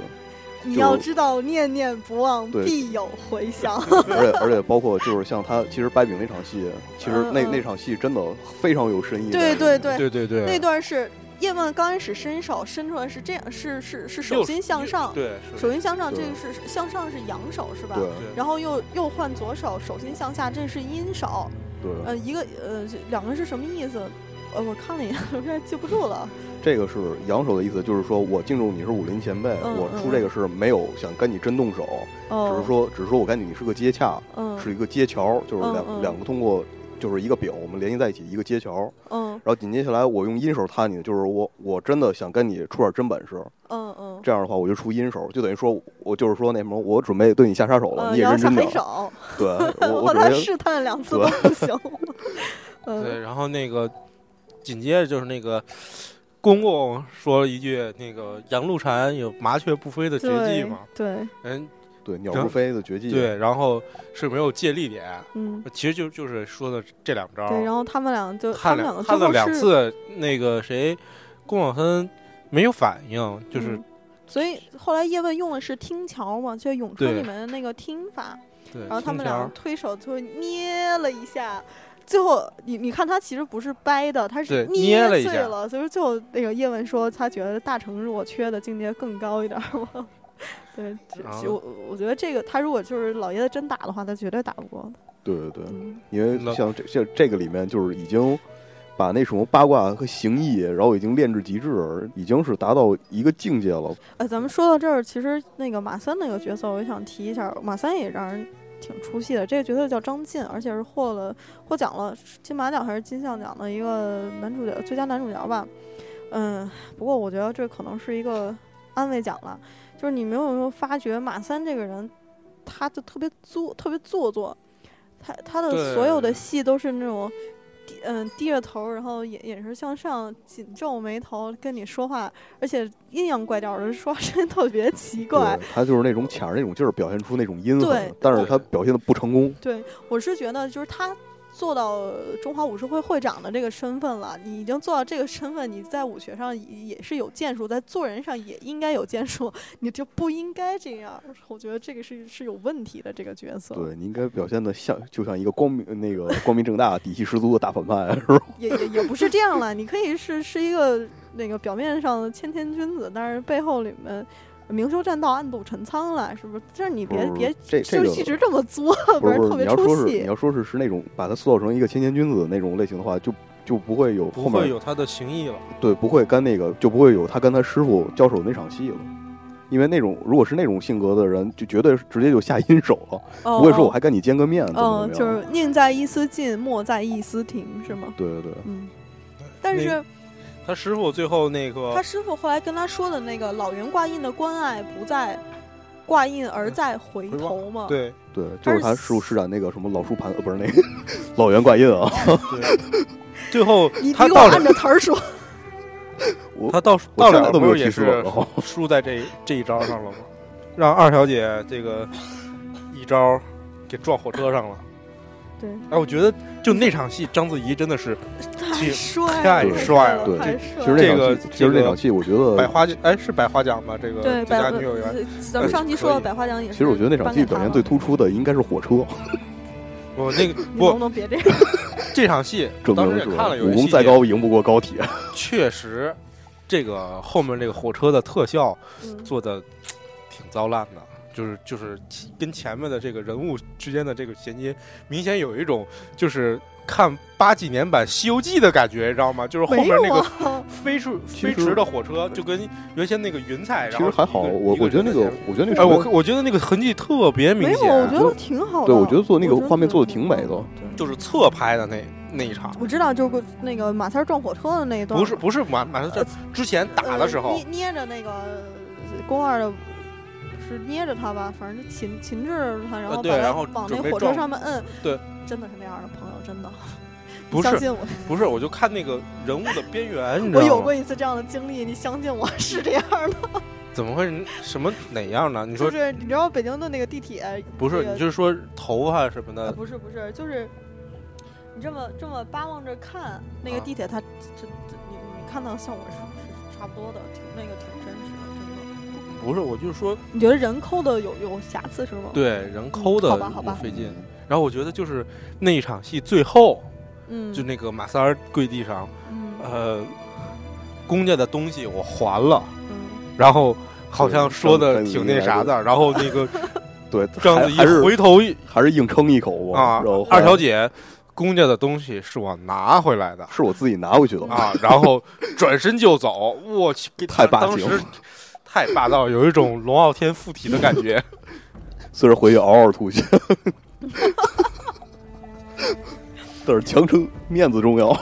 [SPEAKER 1] 你
[SPEAKER 2] 就
[SPEAKER 1] 要知道，念念不忘，
[SPEAKER 2] 对
[SPEAKER 1] 必有回响。
[SPEAKER 2] 而且而且包括就是像他，其实掰饼那场戏，其实那
[SPEAKER 1] 嗯嗯
[SPEAKER 2] 那场戏真的非常有深意的。
[SPEAKER 1] 对对对，
[SPEAKER 3] 对对对，
[SPEAKER 1] 那段是叶问刚开始伸手伸出来是这样，是是是手
[SPEAKER 3] 右
[SPEAKER 1] 心向
[SPEAKER 3] 右
[SPEAKER 1] 上，
[SPEAKER 3] 对，是
[SPEAKER 1] 手心向上，这
[SPEAKER 2] 对
[SPEAKER 1] 个是是向上是阳手是吧？
[SPEAKER 2] 对
[SPEAKER 3] 对
[SPEAKER 1] 然后又又换左手，手心向下，这是阴手。
[SPEAKER 2] 对
[SPEAKER 1] 呃，一个呃，这两个是什么意思？呃，我看了一眼， 我有点记不住了。
[SPEAKER 2] 这个是扬手的意思，就是说我敬重你是武林前辈，
[SPEAKER 1] 嗯
[SPEAKER 2] 我
[SPEAKER 1] 嗯
[SPEAKER 2] 出这个事没有想跟你真动手，
[SPEAKER 1] 哦，
[SPEAKER 2] 只是说只是说我跟你是个接洽，
[SPEAKER 1] 嗯，
[SPEAKER 2] 是一个接桥，就是
[SPEAKER 1] 嗯
[SPEAKER 2] 两、
[SPEAKER 1] 嗯
[SPEAKER 2] 两个通过就是一个饼，我们联系在一起一个接桥。
[SPEAKER 1] 嗯
[SPEAKER 2] 然后紧接下来我用阴手踏你，就是我我真的想跟你出点真本事，
[SPEAKER 1] 嗯嗯，嗯
[SPEAKER 2] 这样的话我就出阴手，就等于说我就是说那什么，我准备对你下杀手了，
[SPEAKER 1] 呃，
[SPEAKER 2] 你也
[SPEAKER 1] 然后
[SPEAKER 2] 认
[SPEAKER 1] 下
[SPEAKER 2] 真的
[SPEAKER 1] 黑，手，
[SPEAKER 2] 对，我
[SPEAKER 1] 我
[SPEAKER 2] 准
[SPEAKER 1] 他
[SPEAKER 2] 备
[SPEAKER 1] 试探两次都不 行。
[SPEAKER 3] 对，
[SPEAKER 1] 嗯，
[SPEAKER 3] 然后那个紧接着就是那个公公说了一句：“那个杨露禅有麻雀不飞的绝技
[SPEAKER 1] 对
[SPEAKER 3] 嘛。
[SPEAKER 1] 对，”
[SPEAKER 3] 嗯，
[SPEAKER 2] 对鸟不飞的绝技，
[SPEAKER 3] 对，然后是没有借力点，
[SPEAKER 1] 嗯，
[SPEAKER 3] 其实就就是说的这两招。
[SPEAKER 1] 对，然后他们俩就他
[SPEAKER 3] 看
[SPEAKER 1] 们两
[SPEAKER 3] 了
[SPEAKER 1] 个
[SPEAKER 3] 看
[SPEAKER 1] 最后
[SPEAKER 3] 了两
[SPEAKER 1] 是
[SPEAKER 3] 次，那个谁，龚晓芬没有反应，就是
[SPEAKER 1] 嗯所以后来叶问用的是听桥嘛，就是咏春
[SPEAKER 3] 对
[SPEAKER 1] 里面的那个听法，
[SPEAKER 3] 对，
[SPEAKER 1] 然后他
[SPEAKER 3] 听
[SPEAKER 1] 们
[SPEAKER 3] 条
[SPEAKER 1] 俩推手就捏了一下。最后，你你看他其实不是掰的，他是
[SPEAKER 3] 对捏了
[SPEAKER 1] 了
[SPEAKER 3] 一
[SPEAKER 1] 碎
[SPEAKER 3] 下
[SPEAKER 1] 了。所以说最后那个叶问说，他觉得大成是我缺的境界更高一点儿嘛。 对，只
[SPEAKER 3] 然
[SPEAKER 1] 只
[SPEAKER 3] 后
[SPEAKER 1] 我我觉得这个他如果就是老爷子真打的话，他绝对打不过的。
[SPEAKER 2] 对对对，
[SPEAKER 1] 嗯，
[SPEAKER 2] 因为
[SPEAKER 3] 冷
[SPEAKER 2] 像这像这个里面就是已经把那什么八卦和形意，然后已经练至极致，已经是达到一个境界了。
[SPEAKER 1] 呃，咱们说到这儿，其实那个马三那个角色，我也想提一下，马三也让人挺出戏的。这个角色叫张晋，而且是获了获奖了金马奖还是金像奖的一个男主角最佳男主角吧。嗯，不过我觉得这可能是一个安慰奖了，就是你没有没有发觉马三这个人，他就特别作，特别做作，他他的所有的
[SPEAKER 3] 对
[SPEAKER 1] 戏都是那种。低嗯，低着头，然后眼眼神向上，紧皱眉头，跟你说话，而且阴阳怪调的，说话声音特别奇怪。
[SPEAKER 2] 对，他就是那种卡着那种劲儿，表现出那种阴狠
[SPEAKER 1] 对，
[SPEAKER 2] 但是他表现的不成功。
[SPEAKER 1] 对，我是觉得就是他做到呃中华武术会会长的这个身份了，你已经做到这个身份，你在武学上也也是有建树，在做人上也应该有建树，你就不应该这样。我觉得这个是是有问题的这个角色，
[SPEAKER 2] 对你应该表现的像，就像一个光明那个光明正大、底气十足的大反派，是吧？
[SPEAKER 1] 也也也不是这样了。你可以是是一个那个表面上的谦谦君子，但是背后里面。明修栈道，暗度陈仓了，是不是？就是你别
[SPEAKER 2] 不是
[SPEAKER 1] 别，
[SPEAKER 2] 这这
[SPEAKER 1] 就
[SPEAKER 2] 个
[SPEAKER 1] 一直这么作，
[SPEAKER 2] 不 是
[SPEAKER 1] 然
[SPEAKER 2] 不
[SPEAKER 1] 特别
[SPEAKER 2] 是，
[SPEAKER 1] 出
[SPEAKER 2] 你要说是
[SPEAKER 1] 戏
[SPEAKER 2] 你。要说是是那种把他塑造成一个谦谦君子的那种类型的话，就就不会有
[SPEAKER 3] 不
[SPEAKER 2] 后
[SPEAKER 3] 会
[SPEAKER 2] 面
[SPEAKER 3] 有他的情谊了。
[SPEAKER 2] 对不会跟那个就不会有他跟他师傅交手的那场戏了。因为那种如果是那种性格的人，就绝对是直接就下阴手了，
[SPEAKER 1] 哦
[SPEAKER 2] 不会说我还跟你见个面，怎么
[SPEAKER 1] 嗯，
[SPEAKER 2] 怎
[SPEAKER 1] 就
[SPEAKER 2] 么样？
[SPEAKER 3] 啊
[SPEAKER 1] 是宁在一丝进，莫在一丝停，是吗？
[SPEAKER 2] 对对对，
[SPEAKER 1] 嗯。但
[SPEAKER 3] 那
[SPEAKER 1] 是
[SPEAKER 3] 他师傅最后那个
[SPEAKER 1] 他师傅后来跟他说的那个“老袁挂印的关爱不在挂印，而在回
[SPEAKER 3] 回
[SPEAKER 1] 头”嘛，
[SPEAKER 3] 对
[SPEAKER 2] 对，就是他
[SPEAKER 1] 二十
[SPEAKER 2] 师傅施展那个什么老树盘，呃，不是那个 老袁挂印 啊，
[SPEAKER 3] 对，最后
[SPEAKER 1] 你你
[SPEAKER 3] 他
[SPEAKER 1] 给我
[SPEAKER 3] 到
[SPEAKER 1] 按着
[SPEAKER 3] 了
[SPEAKER 1] 词儿 说，
[SPEAKER 2] 我
[SPEAKER 3] 他到
[SPEAKER 2] 我
[SPEAKER 3] 到
[SPEAKER 2] 现
[SPEAKER 3] 了
[SPEAKER 2] 在都没有
[SPEAKER 3] 也
[SPEAKER 2] 提示
[SPEAKER 3] 是
[SPEAKER 2] 了。然后
[SPEAKER 3] 输在这这一招上了吗？让二小姐这个一招给撞火车上了。
[SPEAKER 1] 对，
[SPEAKER 3] 哎，我觉得就那场戏，章子怡真的是
[SPEAKER 1] 太帅
[SPEAKER 3] 太
[SPEAKER 1] 了，
[SPEAKER 3] 帅
[SPEAKER 1] 了，
[SPEAKER 2] 了
[SPEAKER 1] 太
[SPEAKER 2] 对
[SPEAKER 1] 帅
[SPEAKER 2] 其实
[SPEAKER 1] 了。
[SPEAKER 2] 那
[SPEAKER 3] 这个
[SPEAKER 2] 场戏，其实
[SPEAKER 3] 这
[SPEAKER 2] 那
[SPEAKER 3] 个
[SPEAKER 2] 场戏，我觉得
[SPEAKER 3] 百花奖，哎，是百花奖吧？这个
[SPEAKER 1] 对，
[SPEAKER 3] 最佳
[SPEAKER 1] 百
[SPEAKER 3] 女演员。
[SPEAKER 1] 咱们上期说
[SPEAKER 3] 可
[SPEAKER 1] 的
[SPEAKER 3] 以
[SPEAKER 1] 百花奖也是。
[SPEAKER 2] 其实我觉得那场戏表现最，突出的应该是火车，
[SPEAKER 3] 我那
[SPEAKER 1] 你
[SPEAKER 3] 个
[SPEAKER 1] 能不
[SPEAKER 3] 不，
[SPEAKER 1] 能别这样？
[SPEAKER 3] 这场戏
[SPEAKER 2] 证
[SPEAKER 3] 当
[SPEAKER 2] 明
[SPEAKER 3] 时也
[SPEAKER 2] 是
[SPEAKER 3] 看了有
[SPEAKER 2] 武
[SPEAKER 3] 一
[SPEAKER 2] 功
[SPEAKER 3] 细
[SPEAKER 2] 再
[SPEAKER 3] 节，
[SPEAKER 2] 高赢不过高铁。
[SPEAKER 3] 确实这个后面这个火车的特效
[SPEAKER 1] 嗯
[SPEAKER 3] 做的挺糟烂的。就是就是跟前面的这个人物之间的这个衔接，明显有一种就是看八几年版《西游记》的感觉，你知道吗？就是后
[SPEAKER 1] 嗯没
[SPEAKER 3] 面那
[SPEAKER 1] 有
[SPEAKER 3] 个
[SPEAKER 1] 啊，
[SPEAKER 3] 飞出
[SPEAKER 2] 其
[SPEAKER 3] 飞
[SPEAKER 2] 实
[SPEAKER 3] 驰的火车，就跟原先那个云彩，
[SPEAKER 2] 其
[SPEAKER 3] 哎然
[SPEAKER 2] 实
[SPEAKER 3] 后
[SPEAKER 2] 还好，
[SPEAKER 3] 一个
[SPEAKER 2] 我
[SPEAKER 3] 一
[SPEAKER 2] 我觉得
[SPEAKER 3] 人
[SPEAKER 2] 那
[SPEAKER 3] 在
[SPEAKER 2] 个
[SPEAKER 3] 前面，
[SPEAKER 2] 我觉得那
[SPEAKER 3] 哎，
[SPEAKER 2] 个
[SPEAKER 3] 我我觉得那个痕迹特别明
[SPEAKER 1] 没有，啊我觉
[SPEAKER 3] 显，
[SPEAKER 1] 得挺好的。
[SPEAKER 2] 对我觉得做那个
[SPEAKER 1] 我觉得
[SPEAKER 2] 画面做的
[SPEAKER 1] 挺
[SPEAKER 2] 挺
[SPEAKER 1] 好
[SPEAKER 2] 美的。
[SPEAKER 3] 就是侧拍的那那一场，
[SPEAKER 1] 我知道，就是那个马三儿撞火车的那一段嘛，
[SPEAKER 3] 不是不是马马上这
[SPEAKER 1] 呃
[SPEAKER 3] 之前打的时
[SPEAKER 2] 呃
[SPEAKER 3] 候
[SPEAKER 1] 捏，捏着那个宫二的，是捏着他吧，反正就擒擒制他，然后
[SPEAKER 3] 呃对
[SPEAKER 1] 把他
[SPEAKER 3] 然后
[SPEAKER 1] 往
[SPEAKER 3] 准
[SPEAKER 1] 那
[SPEAKER 3] 备
[SPEAKER 1] 火车
[SPEAKER 3] 撞
[SPEAKER 1] 上面摁，
[SPEAKER 3] 对，
[SPEAKER 1] 真的是那样的朋友，真的
[SPEAKER 3] 不
[SPEAKER 1] 相
[SPEAKER 3] 是
[SPEAKER 1] 信我，
[SPEAKER 3] 不是，我就看那个人物的边缘，你 知
[SPEAKER 1] 我
[SPEAKER 3] 道
[SPEAKER 1] 有
[SPEAKER 3] 吗
[SPEAKER 1] 过？一次这样的经历，你相信我是这样的，
[SPEAKER 3] 怎么会什么哪样呢？你
[SPEAKER 1] 就
[SPEAKER 3] 说
[SPEAKER 1] 是
[SPEAKER 3] 呃
[SPEAKER 1] 你知道北京的那个地铁，
[SPEAKER 3] 不是？
[SPEAKER 1] 这
[SPEAKER 3] 你
[SPEAKER 1] 个
[SPEAKER 3] 就是说头发什么
[SPEAKER 1] 呃
[SPEAKER 3] 的，
[SPEAKER 1] 不是不是，就是你这么这么巴望着看那个
[SPEAKER 3] 啊
[SPEAKER 1] 地铁，它这这你你看到像我是是差不多的，挺那个挺真实的，真的。
[SPEAKER 3] 不是，我就说
[SPEAKER 1] 你觉得人抠的有有瑕疵是吗？，
[SPEAKER 3] 对人抠的
[SPEAKER 1] 好吧好吧
[SPEAKER 3] 费劲。然后我觉得就是那一场戏最后，
[SPEAKER 1] 嗯，
[SPEAKER 3] 就那个马三儿跪地上，
[SPEAKER 1] 嗯
[SPEAKER 3] 呃，公家的东西我还了，
[SPEAKER 1] 嗯。
[SPEAKER 3] 然后好像
[SPEAKER 2] 对
[SPEAKER 3] 说的
[SPEAKER 2] 章章子怡
[SPEAKER 3] 挺那
[SPEAKER 2] 来
[SPEAKER 3] 啥的，然后那个
[SPEAKER 2] 对，
[SPEAKER 3] 章
[SPEAKER 2] 还
[SPEAKER 3] 子怡
[SPEAKER 2] 还是
[SPEAKER 3] 回头一
[SPEAKER 2] 还是硬撑一口吧。
[SPEAKER 3] 啊
[SPEAKER 2] 然后，
[SPEAKER 3] 二小姐，公家的东西是我拿回来的
[SPEAKER 2] 是我自己拿回去的，
[SPEAKER 3] 啊，然后转身就走，我去，给
[SPEAKER 2] 太霸
[SPEAKER 3] 当
[SPEAKER 2] 气
[SPEAKER 3] 时
[SPEAKER 2] 了
[SPEAKER 3] 太霸道，有一种龙傲天附体的感觉。
[SPEAKER 2] 虽然回去嗷嗷吐血， 但是强撑面子重要。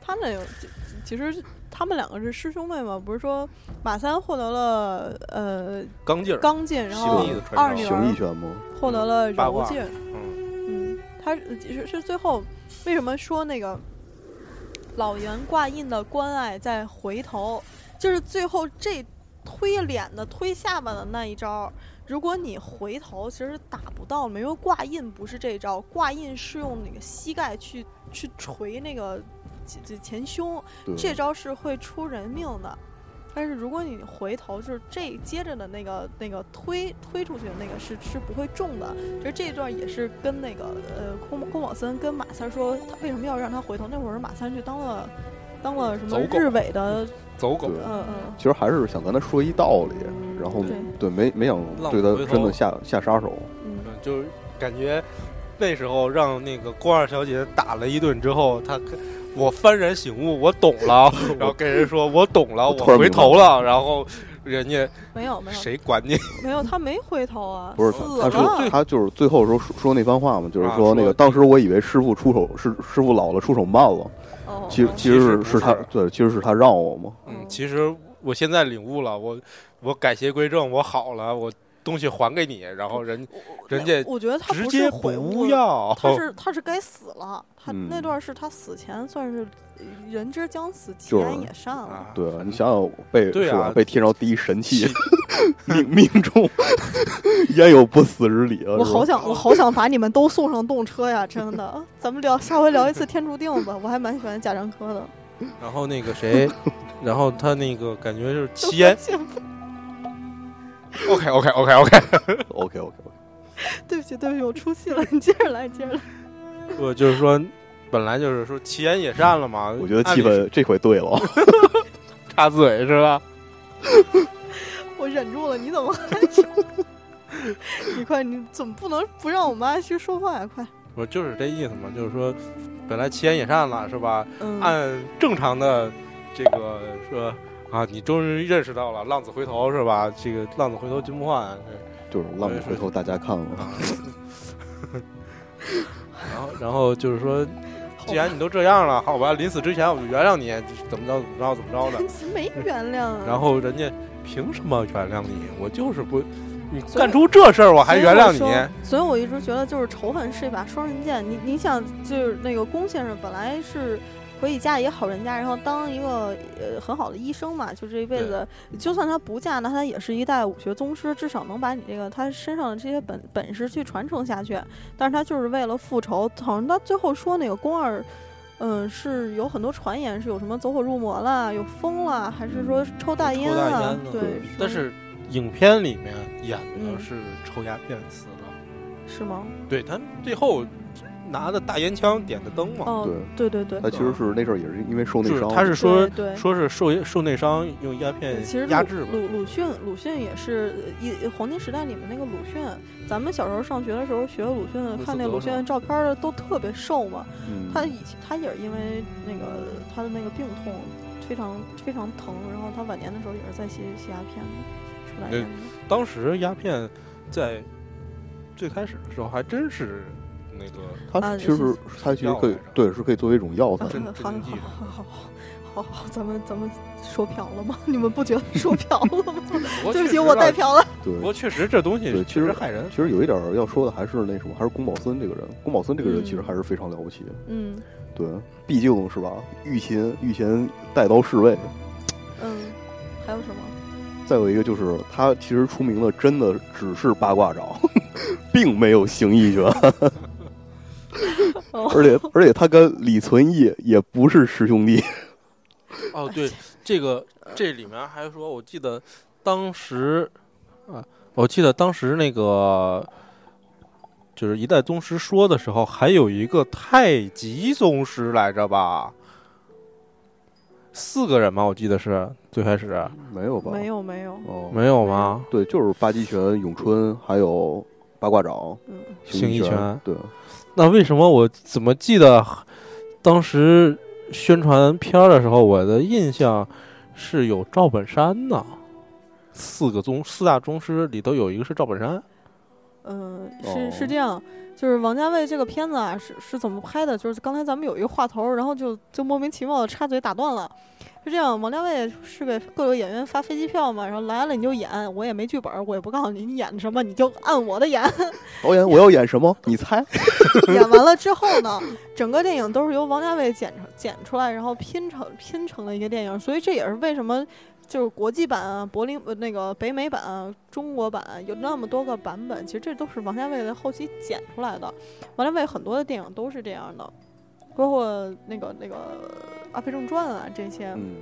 [SPEAKER 1] 他那有，其其实他们两个是师兄妹嘛，不是说马三获得了呃
[SPEAKER 3] 刚劲儿，
[SPEAKER 1] 刚劲，然后
[SPEAKER 3] 形意的传
[SPEAKER 1] 二
[SPEAKER 3] 承
[SPEAKER 1] 女
[SPEAKER 2] 形意
[SPEAKER 1] 儿
[SPEAKER 2] 拳吗？
[SPEAKER 1] 获得了
[SPEAKER 3] 八
[SPEAKER 1] 柔
[SPEAKER 3] 卦
[SPEAKER 1] 劲，
[SPEAKER 3] 嗯，
[SPEAKER 1] 嗯，他是是最后为什么说那个老袁挂印的关爱再回头，就是最后这推脸的推下巴的那一招，如果你回头其实打不到，没有挂印不是这一招，挂印是用那个膝盖去去捶那个前前前胸，
[SPEAKER 2] 对，
[SPEAKER 1] 这招是会出人命的。但是如果你回头，就是这接着的那个那个推推出去的那个是是不会中的。就是这一段也是跟那个呃宫宫保森跟马三说，他为什么要让他回头？那会儿马三去当了当了什么
[SPEAKER 3] 走狗
[SPEAKER 1] 日伪的，
[SPEAKER 3] 走狗
[SPEAKER 2] 对
[SPEAKER 1] 嗯嗯，
[SPEAKER 2] 其实还是想跟他说一道理，然后
[SPEAKER 1] 对
[SPEAKER 2] 对没没想
[SPEAKER 3] 浪
[SPEAKER 2] 对他
[SPEAKER 3] 回头
[SPEAKER 2] 真的下下杀手。
[SPEAKER 1] 嗯，
[SPEAKER 3] 嗯，就是感觉那时候让那个郭二小姐打了一顿之后，她我幡然醒悟，我懂 了，然后跟人说我懂了，
[SPEAKER 2] 我
[SPEAKER 3] 我
[SPEAKER 2] 突然
[SPEAKER 3] 回
[SPEAKER 2] 明白
[SPEAKER 3] 头了，然后人家
[SPEAKER 1] 没有没有
[SPEAKER 3] 谁管你？
[SPEAKER 1] 没有，他没回头啊，
[SPEAKER 2] 不是
[SPEAKER 1] 死
[SPEAKER 2] 他
[SPEAKER 1] 了，
[SPEAKER 2] 说他就是最后时候说说那番话嘛，就是
[SPEAKER 3] 啊
[SPEAKER 2] 说那
[SPEAKER 3] 说
[SPEAKER 2] 个当时我以为师傅出手是师傅老了出手慢了，
[SPEAKER 1] 哦，
[SPEAKER 2] 其
[SPEAKER 1] 哦
[SPEAKER 2] 其实
[SPEAKER 3] 其实不
[SPEAKER 2] 是他
[SPEAKER 3] 是
[SPEAKER 2] 对，其实是他让我嘛。
[SPEAKER 3] 嗯，
[SPEAKER 1] 嗯
[SPEAKER 3] 其实我现在领悟了，我我改邪归正，我好了，我东西还给你，然后人人家
[SPEAKER 1] 我觉得他
[SPEAKER 3] 直
[SPEAKER 1] 不
[SPEAKER 3] 接
[SPEAKER 1] 是悔
[SPEAKER 3] 不
[SPEAKER 1] 悟，
[SPEAKER 3] 要，
[SPEAKER 1] 他是他是该死了，他
[SPEAKER 2] 哦嗯
[SPEAKER 1] 那段是他死前算是呃人之将死，其
[SPEAKER 2] 就是
[SPEAKER 1] 言也善了。
[SPEAKER 3] 啊
[SPEAKER 2] 对，你想想被
[SPEAKER 3] 对
[SPEAKER 2] 是
[SPEAKER 3] 啊
[SPEAKER 2] 吧？被天朝第一神器命命中，焉有不死之
[SPEAKER 3] 呃
[SPEAKER 2] 理啊？
[SPEAKER 1] 我
[SPEAKER 2] 是
[SPEAKER 1] 好
[SPEAKER 2] 吧
[SPEAKER 1] 想，我好想把你们都送上动车呀！真的，咱们聊下回聊一次天注定吧。我还蛮喜欢贾樟柯的。
[SPEAKER 3] 然后那个谁，然后他那个感觉就是
[SPEAKER 1] 就
[SPEAKER 3] 吸烟 ，OK OK OK OK，
[SPEAKER 2] OK OK OK，
[SPEAKER 1] 对不起，对不起，我出戏了。你接着来，接着来。
[SPEAKER 3] 我呃就是说，本来就是说其言也善了嘛。
[SPEAKER 2] 我觉得
[SPEAKER 3] 按
[SPEAKER 2] 气
[SPEAKER 3] 理
[SPEAKER 2] 氛这回对了，啊
[SPEAKER 3] 插嘴是吧？
[SPEAKER 1] 我忍住了，你怎么还？ 你快，你怎么不能不让我们安旭说话呀？快，
[SPEAKER 3] 我就是这意思嘛，就是说，本来其言也善了是吧？
[SPEAKER 1] 嗯，
[SPEAKER 3] 按正常的这个说啊，你终于认识到了浪子回头是吧？这个浪子回头金不换，
[SPEAKER 2] 就是浪子回头大家看了，
[SPEAKER 1] 哦
[SPEAKER 3] 然后然后就是说，
[SPEAKER 1] 好
[SPEAKER 3] 既然你都这样了，好吧，临死之前我就原谅你，怎么着怎么着怎 么着的。
[SPEAKER 1] 没原谅啊。
[SPEAKER 3] 然后人家凭什么原谅你？我就是不，你
[SPEAKER 1] 所以
[SPEAKER 3] 干出这事儿我还
[SPEAKER 1] 所以
[SPEAKER 3] 原谅你？
[SPEAKER 1] 说。所以我一直觉得，就是仇恨是一把双刃剑。你你想，就是那个龚先生本来是回己嫁一个好人家，然后当一个呃很好的医生嘛，就这一辈子，就算他不嫁，那他也是一代武学宗师，至少能把你这个他身上的这些本本事去传承下去。但是他就是为了复仇，好像他最后说那个宫二。嗯，是有很多传言是有什么走火入魔啦，有疯啦，还是说抽大
[SPEAKER 3] 嗯抽
[SPEAKER 1] 烟
[SPEAKER 3] 大
[SPEAKER 1] 啊
[SPEAKER 3] 烟？呢
[SPEAKER 1] 对，
[SPEAKER 3] 但
[SPEAKER 1] 说
[SPEAKER 3] 是影片里面演的
[SPEAKER 1] 嗯
[SPEAKER 3] 是抽鸦片死的，
[SPEAKER 1] 是吗？
[SPEAKER 3] 对他最后拿的大烟枪点的灯嘛，
[SPEAKER 1] 哦，对对对
[SPEAKER 2] 啊他，其实是那阵儿也是因为受内
[SPEAKER 3] 呃就是
[SPEAKER 2] 伤，
[SPEAKER 3] 他是说
[SPEAKER 1] 对对
[SPEAKER 3] 说是受受内伤用鸦片
[SPEAKER 1] 其实
[SPEAKER 3] 嗯压制嘛，
[SPEAKER 1] 鲁鲁鲁迅，鲁迅也是呃一黄金时代里面那个鲁迅。咱们小时候上学的时候学鲁迅，
[SPEAKER 3] 斯
[SPEAKER 1] 看那
[SPEAKER 3] 德
[SPEAKER 1] 鲁
[SPEAKER 3] 是
[SPEAKER 1] 迅
[SPEAKER 3] 吧
[SPEAKER 1] 的照片儿都特别瘦嘛。
[SPEAKER 2] 嗯
[SPEAKER 1] 他以前他也是因为那个他的那个病痛非常非常疼，然后他晚年的时候也是在吸吸鸦片的，抽大
[SPEAKER 3] 对
[SPEAKER 1] 烟的。
[SPEAKER 3] 当时鸦片在最开始的时候还真是那个
[SPEAKER 2] 他
[SPEAKER 1] 啊
[SPEAKER 2] 其实他其实可以
[SPEAKER 3] 药来着
[SPEAKER 2] 对是可以作为一种药材
[SPEAKER 1] 啊，
[SPEAKER 3] 真
[SPEAKER 1] 好
[SPEAKER 3] 真经济
[SPEAKER 1] 好好好好好好，咱们咱们说嫖了吗？你们不觉得说嫖了吗？对不起，我带
[SPEAKER 3] 代。
[SPEAKER 1] 嫖了。
[SPEAKER 2] 对
[SPEAKER 3] 不。过确实这东西
[SPEAKER 2] 对，其
[SPEAKER 3] 确实
[SPEAKER 2] 实
[SPEAKER 3] 害人
[SPEAKER 2] 其，实有一点儿要说的还是那什么，还是宫保森这个人。宫保森这个人
[SPEAKER 1] 嗯
[SPEAKER 2] 其实还是非常了不起，
[SPEAKER 1] 嗯
[SPEAKER 2] 对，毕竟是吧，御前御前带刀侍卫，
[SPEAKER 1] 嗯，还有什么？
[SPEAKER 2] 再有一个就是他其实出名的真的只是八卦掌， 并没有形意 拳
[SPEAKER 1] 哦。
[SPEAKER 2] 而且而且他跟李存义也不是师兄弟，
[SPEAKER 3] 哦，对，
[SPEAKER 1] 哎
[SPEAKER 3] 这个这里面还说，我记得当时啊，我记得当时那个就是一代宗师说的时候，还有一个太极宗师来着吧，四个人嘛，我记得是最开始
[SPEAKER 2] 没有吧？
[SPEAKER 1] 没有没有，
[SPEAKER 2] 哦，
[SPEAKER 3] 没有吗？
[SPEAKER 2] 对，就是八极拳、咏春，还有八卦掌、
[SPEAKER 1] 嗯。
[SPEAKER 3] 形意
[SPEAKER 2] 意
[SPEAKER 3] 拳
[SPEAKER 2] 对，
[SPEAKER 3] 那为什么我怎么记得当时宣传片儿的时候，我的印象是有赵本山呢？四个宗四大宗师里头有一个是赵本山。
[SPEAKER 1] 嗯，是是
[SPEAKER 2] 哦
[SPEAKER 1] 这样，就是王家卫这个片子啊，是是怎么拍的？就是刚才咱们有一个话头儿，然后就就莫名其妙的插嘴打断了。是这样，王家卫是给各个演员发飞机票嘛，然后来了你就演，我也没剧本儿，我也不告诉你你演什么，你就按我的演。
[SPEAKER 2] 导演，我要演什么？你猜？
[SPEAKER 1] 演完了之后呢，整个电影都是由王家卫剪成剪出来，然后拼成拼成的一个电影，所以这也是为什么就是国际版啊、柏林呃那个北美版啊、中国版啊有那么多个版本，其实这都是王家卫的后期剪出来的。王家卫很多的电影都是这样的，包括那个那个《阿飞正传》啊这些，
[SPEAKER 2] 嗯，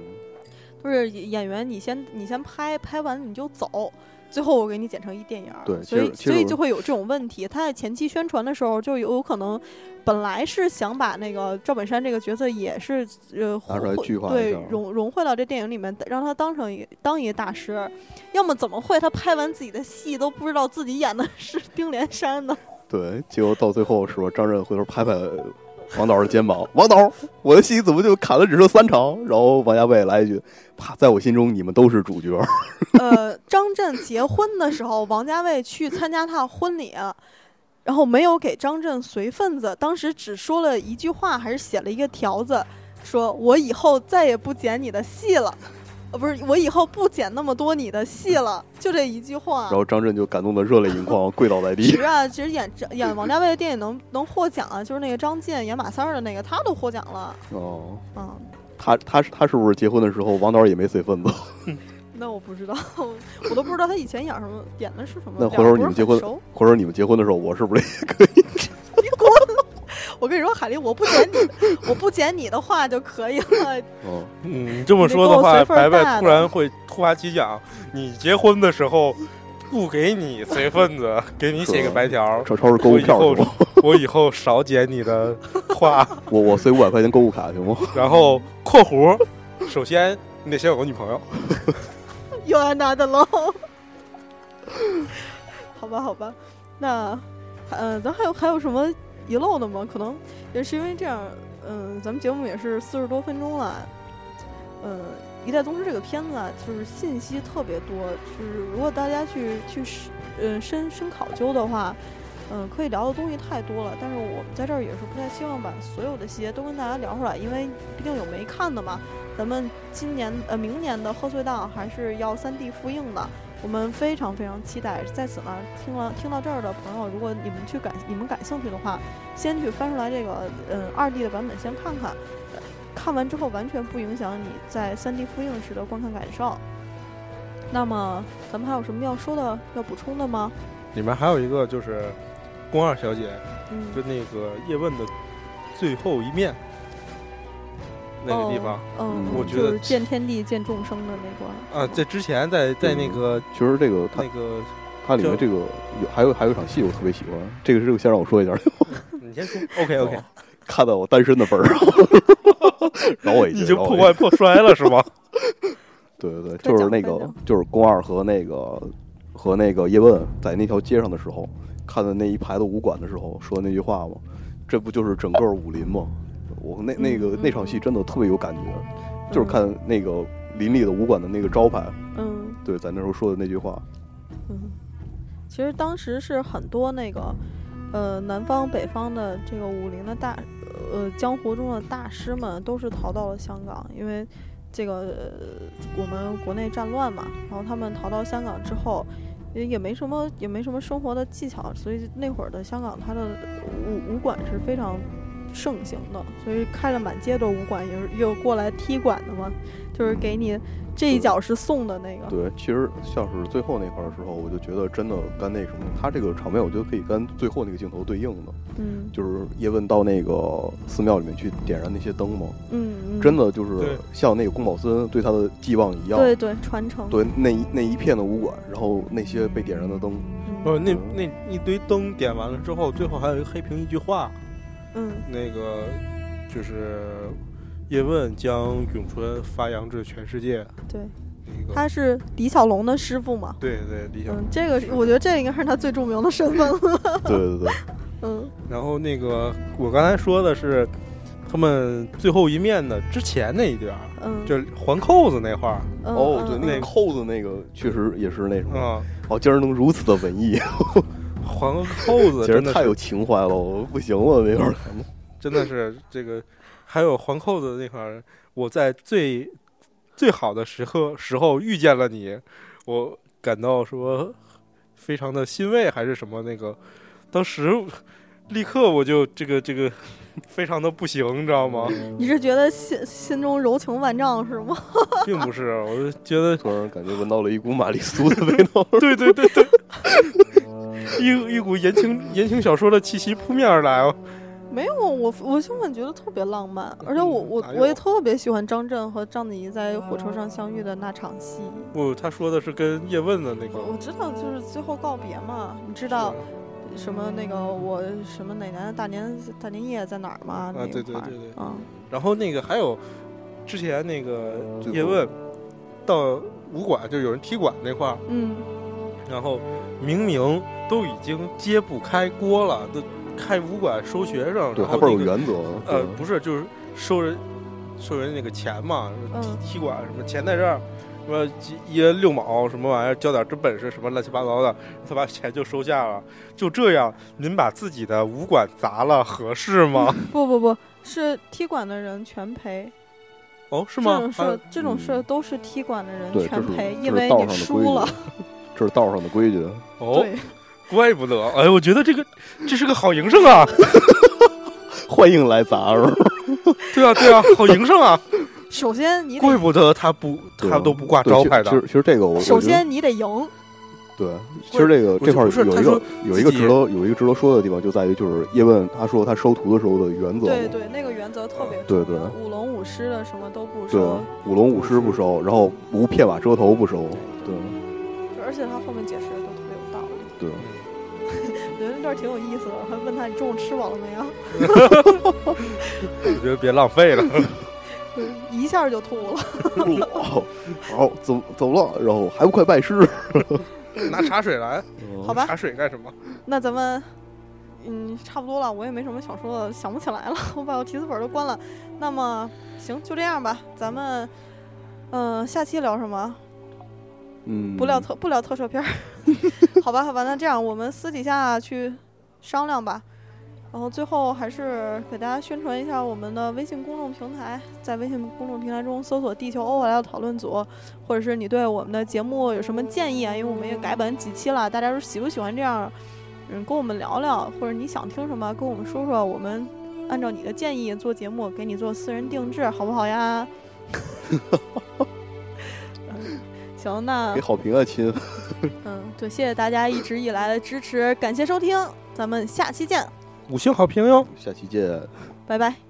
[SPEAKER 1] 都是演员你先你先拍，拍完你就走。最后我给你剪成一电影儿，
[SPEAKER 2] 对
[SPEAKER 1] 所以
[SPEAKER 2] 其实其实
[SPEAKER 1] 所以
[SPEAKER 2] 我
[SPEAKER 1] 就会有这种问题。他在前期宣传的时候，就有可能本来是想把那个赵本山这个角色也是呃
[SPEAKER 2] 拿出来
[SPEAKER 1] 混
[SPEAKER 2] 具化一
[SPEAKER 1] 对
[SPEAKER 2] 下儿
[SPEAKER 1] 融融汇到这电影里面，让他当成一个当一个大师。要么怎么会他拍完自己的戏都不知道自己演的是 丁连山呢？
[SPEAKER 2] 对，结果到最后是吧？张震回头拍拍王导的肩膀，王导，我的戏怎么就砍了只剩三场？然后王家卫来一句，啪，在我心中你们都是主角。
[SPEAKER 3] 哦
[SPEAKER 1] 呃，张震结婚的时候，王家卫去参加他的婚礼，然后没有给张震随份子，当时只说了一句话，还是写了一个条子，说我以后再也不剪你的戏了，呃，不是，我以后不剪那么多你的戏了，就这一句话
[SPEAKER 2] 然。后张震就感动的热泪盈眶，跪倒在
[SPEAKER 1] 其
[SPEAKER 2] 地
[SPEAKER 1] 实。啊，其实演演王家卫的电影能能获奖啊，就是那个张晋演马三儿的那个，他都获奖了
[SPEAKER 2] 哦，
[SPEAKER 1] 啊。
[SPEAKER 2] 他他是他是不是结婚的时候王导也没随份子？
[SPEAKER 1] 那我不知道， 我都不知道他以前演什么，演的是什么。
[SPEAKER 2] 那
[SPEAKER 1] 俩
[SPEAKER 2] 回头
[SPEAKER 1] 不
[SPEAKER 2] 你
[SPEAKER 1] 是
[SPEAKER 2] 们结
[SPEAKER 1] 很
[SPEAKER 2] 婚
[SPEAKER 1] 熟
[SPEAKER 2] 或者你们结婚的时候，我是不是也？
[SPEAKER 1] 我跟你说，海丽，我不剪你的，我不剪你的话就可以了。
[SPEAKER 2] 嗯，
[SPEAKER 3] 嗯，你这么说的话，
[SPEAKER 1] 你哦给我随份
[SPEAKER 3] 白
[SPEAKER 1] 儿
[SPEAKER 3] 白
[SPEAKER 1] 大
[SPEAKER 3] 突
[SPEAKER 1] 的
[SPEAKER 3] 然会突发奇想，你结婚的时候不给你随份子，给你写个白条儿，
[SPEAKER 2] 超超市购物票行吗？
[SPEAKER 3] 我以后少捡你的话，
[SPEAKER 2] 我我随五百块钱购物卡行吗？
[SPEAKER 3] 然后 （括弧）首先你得先有个女朋友，
[SPEAKER 1] 又安娜的喽。好吧，好吧，那，呃，咱还有还有什么遗漏的吗？可能也是因为这样，嗯、咱们节目也是四十多分钟了，嗯、一代宗师》这个片子啊，就是信息特别多，就是如果大家去去深呃深深考究的话，嗯、可以聊的东西太多了。但是我们在这儿也是不太希望把所有的细节都跟大家聊出来，因为毕竟有没看的嘛。咱们今年呃明年的贺岁档还是要三 D 复映的，我们非常非常期待。在此呢，听了听到这儿的朋友，如果你们去感你们感兴趣的话，先去翻出来这个嗯二 D 的版本先看看，呃看完之后完全不影响你在三 D 复映时的观看感受。那么咱们还有什么要说的、要补充的吗？
[SPEAKER 3] 里面还有一个就是宫二小姐，
[SPEAKER 1] 嗯，
[SPEAKER 3] 就那个叶问的最后一面那个地方、
[SPEAKER 1] 嗯，
[SPEAKER 2] 嗯我
[SPEAKER 1] 就
[SPEAKER 3] 觉得
[SPEAKER 1] 是见天地、见众生的那段。
[SPEAKER 3] 啊，在之前在在那个、
[SPEAKER 2] 其实这个他
[SPEAKER 3] 那个，
[SPEAKER 2] 它里面这个有还有还有一场戏我特别喜欢，这个这个先让我说一下，
[SPEAKER 3] 你先说，OK OK，
[SPEAKER 2] 看到我单身的份儿 上，饶我一句，
[SPEAKER 3] 你就
[SPEAKER 2] 饶我
[SPEAKER 3] 破
[SPEAKER 2] 一句
[SPEAKER 3] 坏破摔了是吗？
[SPEAKER 2] 对对对，
[SPEAKER 1] 再
[SPEAKER 2] 就是
[SPEAKER 1] 讲
[SPEAKER 2] 那
[SPEAKER 1] 再
[SPEAKER 2] 个
[SPEAKER 1] 讲
[SPEAKER 2] 就是宫二和那个和那个叶问在那条街上的时候，看到那一排的武馆的时候说那句话嘛，这不就是整个武林吗？我那那个
[SPEAKER 1] 嗯
[SPEAKER 2] 那场戏真的特别有感觉，就
[SPEAKER 1] 嗯
[SPEAKER 2] 是看那个林立的武馆的那个招牌，
[SPEAKER 1] 嗯。
[SPEAKER 2] 对，咱那时候说的那句话，
[SPEAKER 1] 嗯，其实当时是很多那个，呃，南方、北方的这个武林的大，呃，江湖中的大师们都是逃到了香港，因为这个、呃我们国内战乱嘛，然后他们逃到香港之后。也也没什么，也没什么生活的技巧，所以那会儿的香港，它的武武馆是非常盛行的，所以开了满街的武馆，也是也有过来踢馆的嘛，就是给你这一脚是送的那个，
[SPEAKER 2] 对，其实像是最后那块儿的时候，我就觉得真的跟那什么，他这个场面我觉得可以跟最后那个镜头对应的，
[SPEAKER 1] 嗯
[SPEAKER 2] 就是叶问到那个寺庙里面去点燃那些灯嘛，
[SPEAKER 1] 嗯，嗯
[SPEAKER 2] 真的就
[SPEAKER 3] 对
[SPEAKER 2] 是像那个宫保森对他的寄望一样，
[SPEAKER 1] 对对，传承。
[SPEAKER 2] 对那一那一片的武馆，然后那些被点 燃的灯，
[SPEAKER 3] 不，
[SPEAKER 5] 呃
[SPEAKER 1] 嗯，
[SPEAKER 3] 那那一堆灯点完了之后，最后还有一个黑屏一句话，
[SPEAKER 1] 嗯
[SPEAKER 3] 那个就是叶问将咏春发扬至全世界。
[SPEAKER 1] 对，
[SPEAKER 3] 那个
[SPEAKER 1] 他是李小龙的师傅嘛。
[SPEAKER 3] 对对理想
[SPEAKER 1] 嗯，，这个是我觉得这应该是他最著名的身份 了。
[SPEAKER 2] 对对对，
[SPEAKER 1] 嗯
[SPEAKER 3] 然后那个我刚才说的是他们最后一面的之前那一段儿，
[SPEAKER 1] 嗯，
[SPEAKER 3] 就是环扣子那块儿
[SPEAKER 1] 嗯
[SPEAKER 2] 哦，对，
[SPEAKER 1] 嗯
[SPEAKER 2] 那
[SPEAKER 3] 那
[SPEAKER 2] 个
[SPEAKER 3] 个
[SPEAKER 5] 嗯
[SPEAKER 2] 扣子那个确实也是那什么，
[SPEAKER 3] 啊、
[SPEAKER 2] 哦，竟然能如此的文艺，
[SPEAKER 5] 还个扣 子，
[SPEAKER 2] 其实
[SPEAKER 5] 真的
[SPEAKER 2] 太
[SPEAKER 5] 是
[SPEAKER 2] 有情怀了，我不行了，那会儿
[SPEAKER 5] 真的是这个，还有还扣子那块儿，我在最最好的时刻时候遇见了你，我感到说非常的欣慰，还是什么那个，当时立刻我就这个这个非常的不行，你知道吗？
[SPEAKER 1] 你是觉得心心中柔情万丈是吗？
[SPEAKER 5] 并不是，我就觉得
[SPEAKER 2] 突然感觉闻到了一股玛丽苏的味 道。
[SPEAKER 5] 对对对对，一一股言情言情小说的气息扑面而来哦。
[SPEAKER 1] 没有，我我相反觉得特别浪漫，而且我我
[SPEAKER 5] 哎呦
[SPEAKER 1] 我也特别喜欢张震和章子怡在火车上相遇的那场戏。
[SPEAKER 5] 不，他说的是跟叶问的那
[SPEAKER 1] 我
[SPEAKER 5] 个嗯
[SPEAKER 1] 我知道，就是最后告别嘛，你知道什么那个我什么哪年的大年大年夜在哪儿吗？那
[SPEAKER 5] 啊，
[SPEAKER 1] 一
[SPEAKER 5] 对对
[SPEAKER 1] 块儿
[SPEAKER 5] 对对。
[SPEAKER 1] 嗯，
[SPEAKER 5] 然后那个还有之前那个
[SPEAKER 2] 最
[SPEAKER 5] 叶
[SPEAKER 2] 后
[SPEAKER 5] 问到武馆，就有人踢馆那块儿，
[SPEAKER 1] 嗯，
[SPEAKER 5] 然后明明都已经揭不开锅了，都开武馆收学生，
[SPEAKER 2] 对，
[SPEAKER 5] 然
[SPEAKER 2] 还
[SPEAKER 5] 后
[SPEAKER 2] 倍儿有
[SPEAKER 5] 那个
[SPEAKER 2] 原则。
[SPEAKER 5] 呃
[SPEAKER 2] 对
[SPEAKER 5] 不是就是收人收人那个钱嘛，踢
[SPEAKER 1] 嗯
[SPEAKER 5] 踢馆什么钱在这儿。什么一人六毛什么玩意儿，交点真本事什么乱七八糟的，他把钱就收下了。就这样，您把自己的武馆砸了合适吗？
[SPEAKER 1] 不不不是踢馆的人全赔，
[SPEAKER 5] 哦，是
[SPEAKER 1] 这
[SPEAKER 5] 吗？
[SPEAKER 1] 种事、
[SPEAKER 5] 还
[SPEAKER 1] 这种事
[SPEAKER 2] 嗯
[SPEAKER 1] 都是踢馆的人
[SPEAKER 2] 对，这
[SPEAKER 1] 全
[SPEAKER 2] 是
[SPEAKER 1] 赔，因
[SPEAKER 2] 这
[SPEAKER 1] 为
[SPEAKER 2] 是道上
[SPEAKER 1] 你
[SPEAKER 2] 的
[SPEAKER 1] 输了。
[SPEAKER 2] 规矩，这是道上的规矩。
[SPEAKER 5] 哦，
[SPEAKER 1] 对，
[SPEAKER 5] 怪不得， 哎，我觉得这个这是个好营生啊！
[SPEAKER 2] 欢迎来砸是吧？
[SPEAKER 5] 对啊， 对啊，好营生啊！
[SPEAKER 1] 首先你得
[SPEAKER 5] 怪不得他不
[SPEAKER 2] 对
[SPEAKER 5] 他都不挂
[SPEAKER 2] 对
[SPEAKER 5] 招
[SPEAKER 2] 其
[SPEAKER 5] 牌的
[SPEAKER 2] 其，实其实这个我我
[SPEAKER 1] 首
[SPEAKER 2] 觉得
[SPEAKER 1] 先你得赢，
[SPEAKER 2] 对，其实这个
[SPEAKER 5] 不
[SPEAKER 2] 这
[SPEAKER 5] 是
[SPEAKER 2] 块儿
[SPEAKER 5] 不是
[SPEAKER 2] 有
[SPEAKER 5] 他
[SPEAKER 2] 一
[SPEAKER 5] 说
[SPEAKER 2] 个有一个
[SPEAKER 5] 自己
[SPEAKER 2] 值得有一个值得说的地方，就在于就是叶问他说他收徒的时候的原则嘛，
[SPEAKER 1] 对对，那个原则特别
[SPEAKER 2] 对
[SPEAKER 1] 重要
[SPEAKER 2] 对
[SPEAKER 1] 舞龙舞狮的什么都不
[SPEAKER 2] 对啊
[SPEAKER 1] 收，
[SPEAKER 2] 舞龙舞狮不收，然后无片瓦遮头不收，对
[SPEAKER 1] 而且他后面解释的都特别有道理，
[SPEAKER 2] 对，
[SPEAKER 1] 我觉得那段挺有意思的。还问他你中午吃饱了没啊有，
[SPEAKER 5] 我觉得别浪 费了。
[SPEAKER 1] 对 一下就吐了。
[SPEAKER 2] 哇好走走了，然后还不快拜师，
[SPEAKER 5] 拿茶水来，
[SPEAKER 1] 好吧
[SPEAKER 5] 茶水干什么？
[SPEAKER 1] 那咱们，嗯，差不多了，我也没什么想说的，想不起来了， 我把我提词本都关了。那么行，就这样吧，咱们，嗯、下期聊什么？
[SPEAKER 2] 嗯，
[SPEAKER 1] 不聊特不聊特摄片儿，好吧，好吧，那这样我们私底下去商量吧。然后最后还是给大家宣传一下我们的微信公众平台，在微信公众平台中搜索“地球 OL 讨论组”，或者是你对我们的节目有什么建议啊？因为我们也改版几期了，大家都喜不喜欢这样？嗯，跟我们聊聊，或者你想听什么，跟我们说说，我们按照你的建议做节目，给你做私人定制，好不好呀？嗯行，那
[SPEAKER 2] 给好评啊亲，
[SPEAKER 1] 嗯，对，谢谢大家一直以来的支持，感谢收听，咱们下期见，
[SPEAKER 5] 五星好评哟！
[SPEAKER 2] 下期见。
[SPEAKER 1] 拜拜。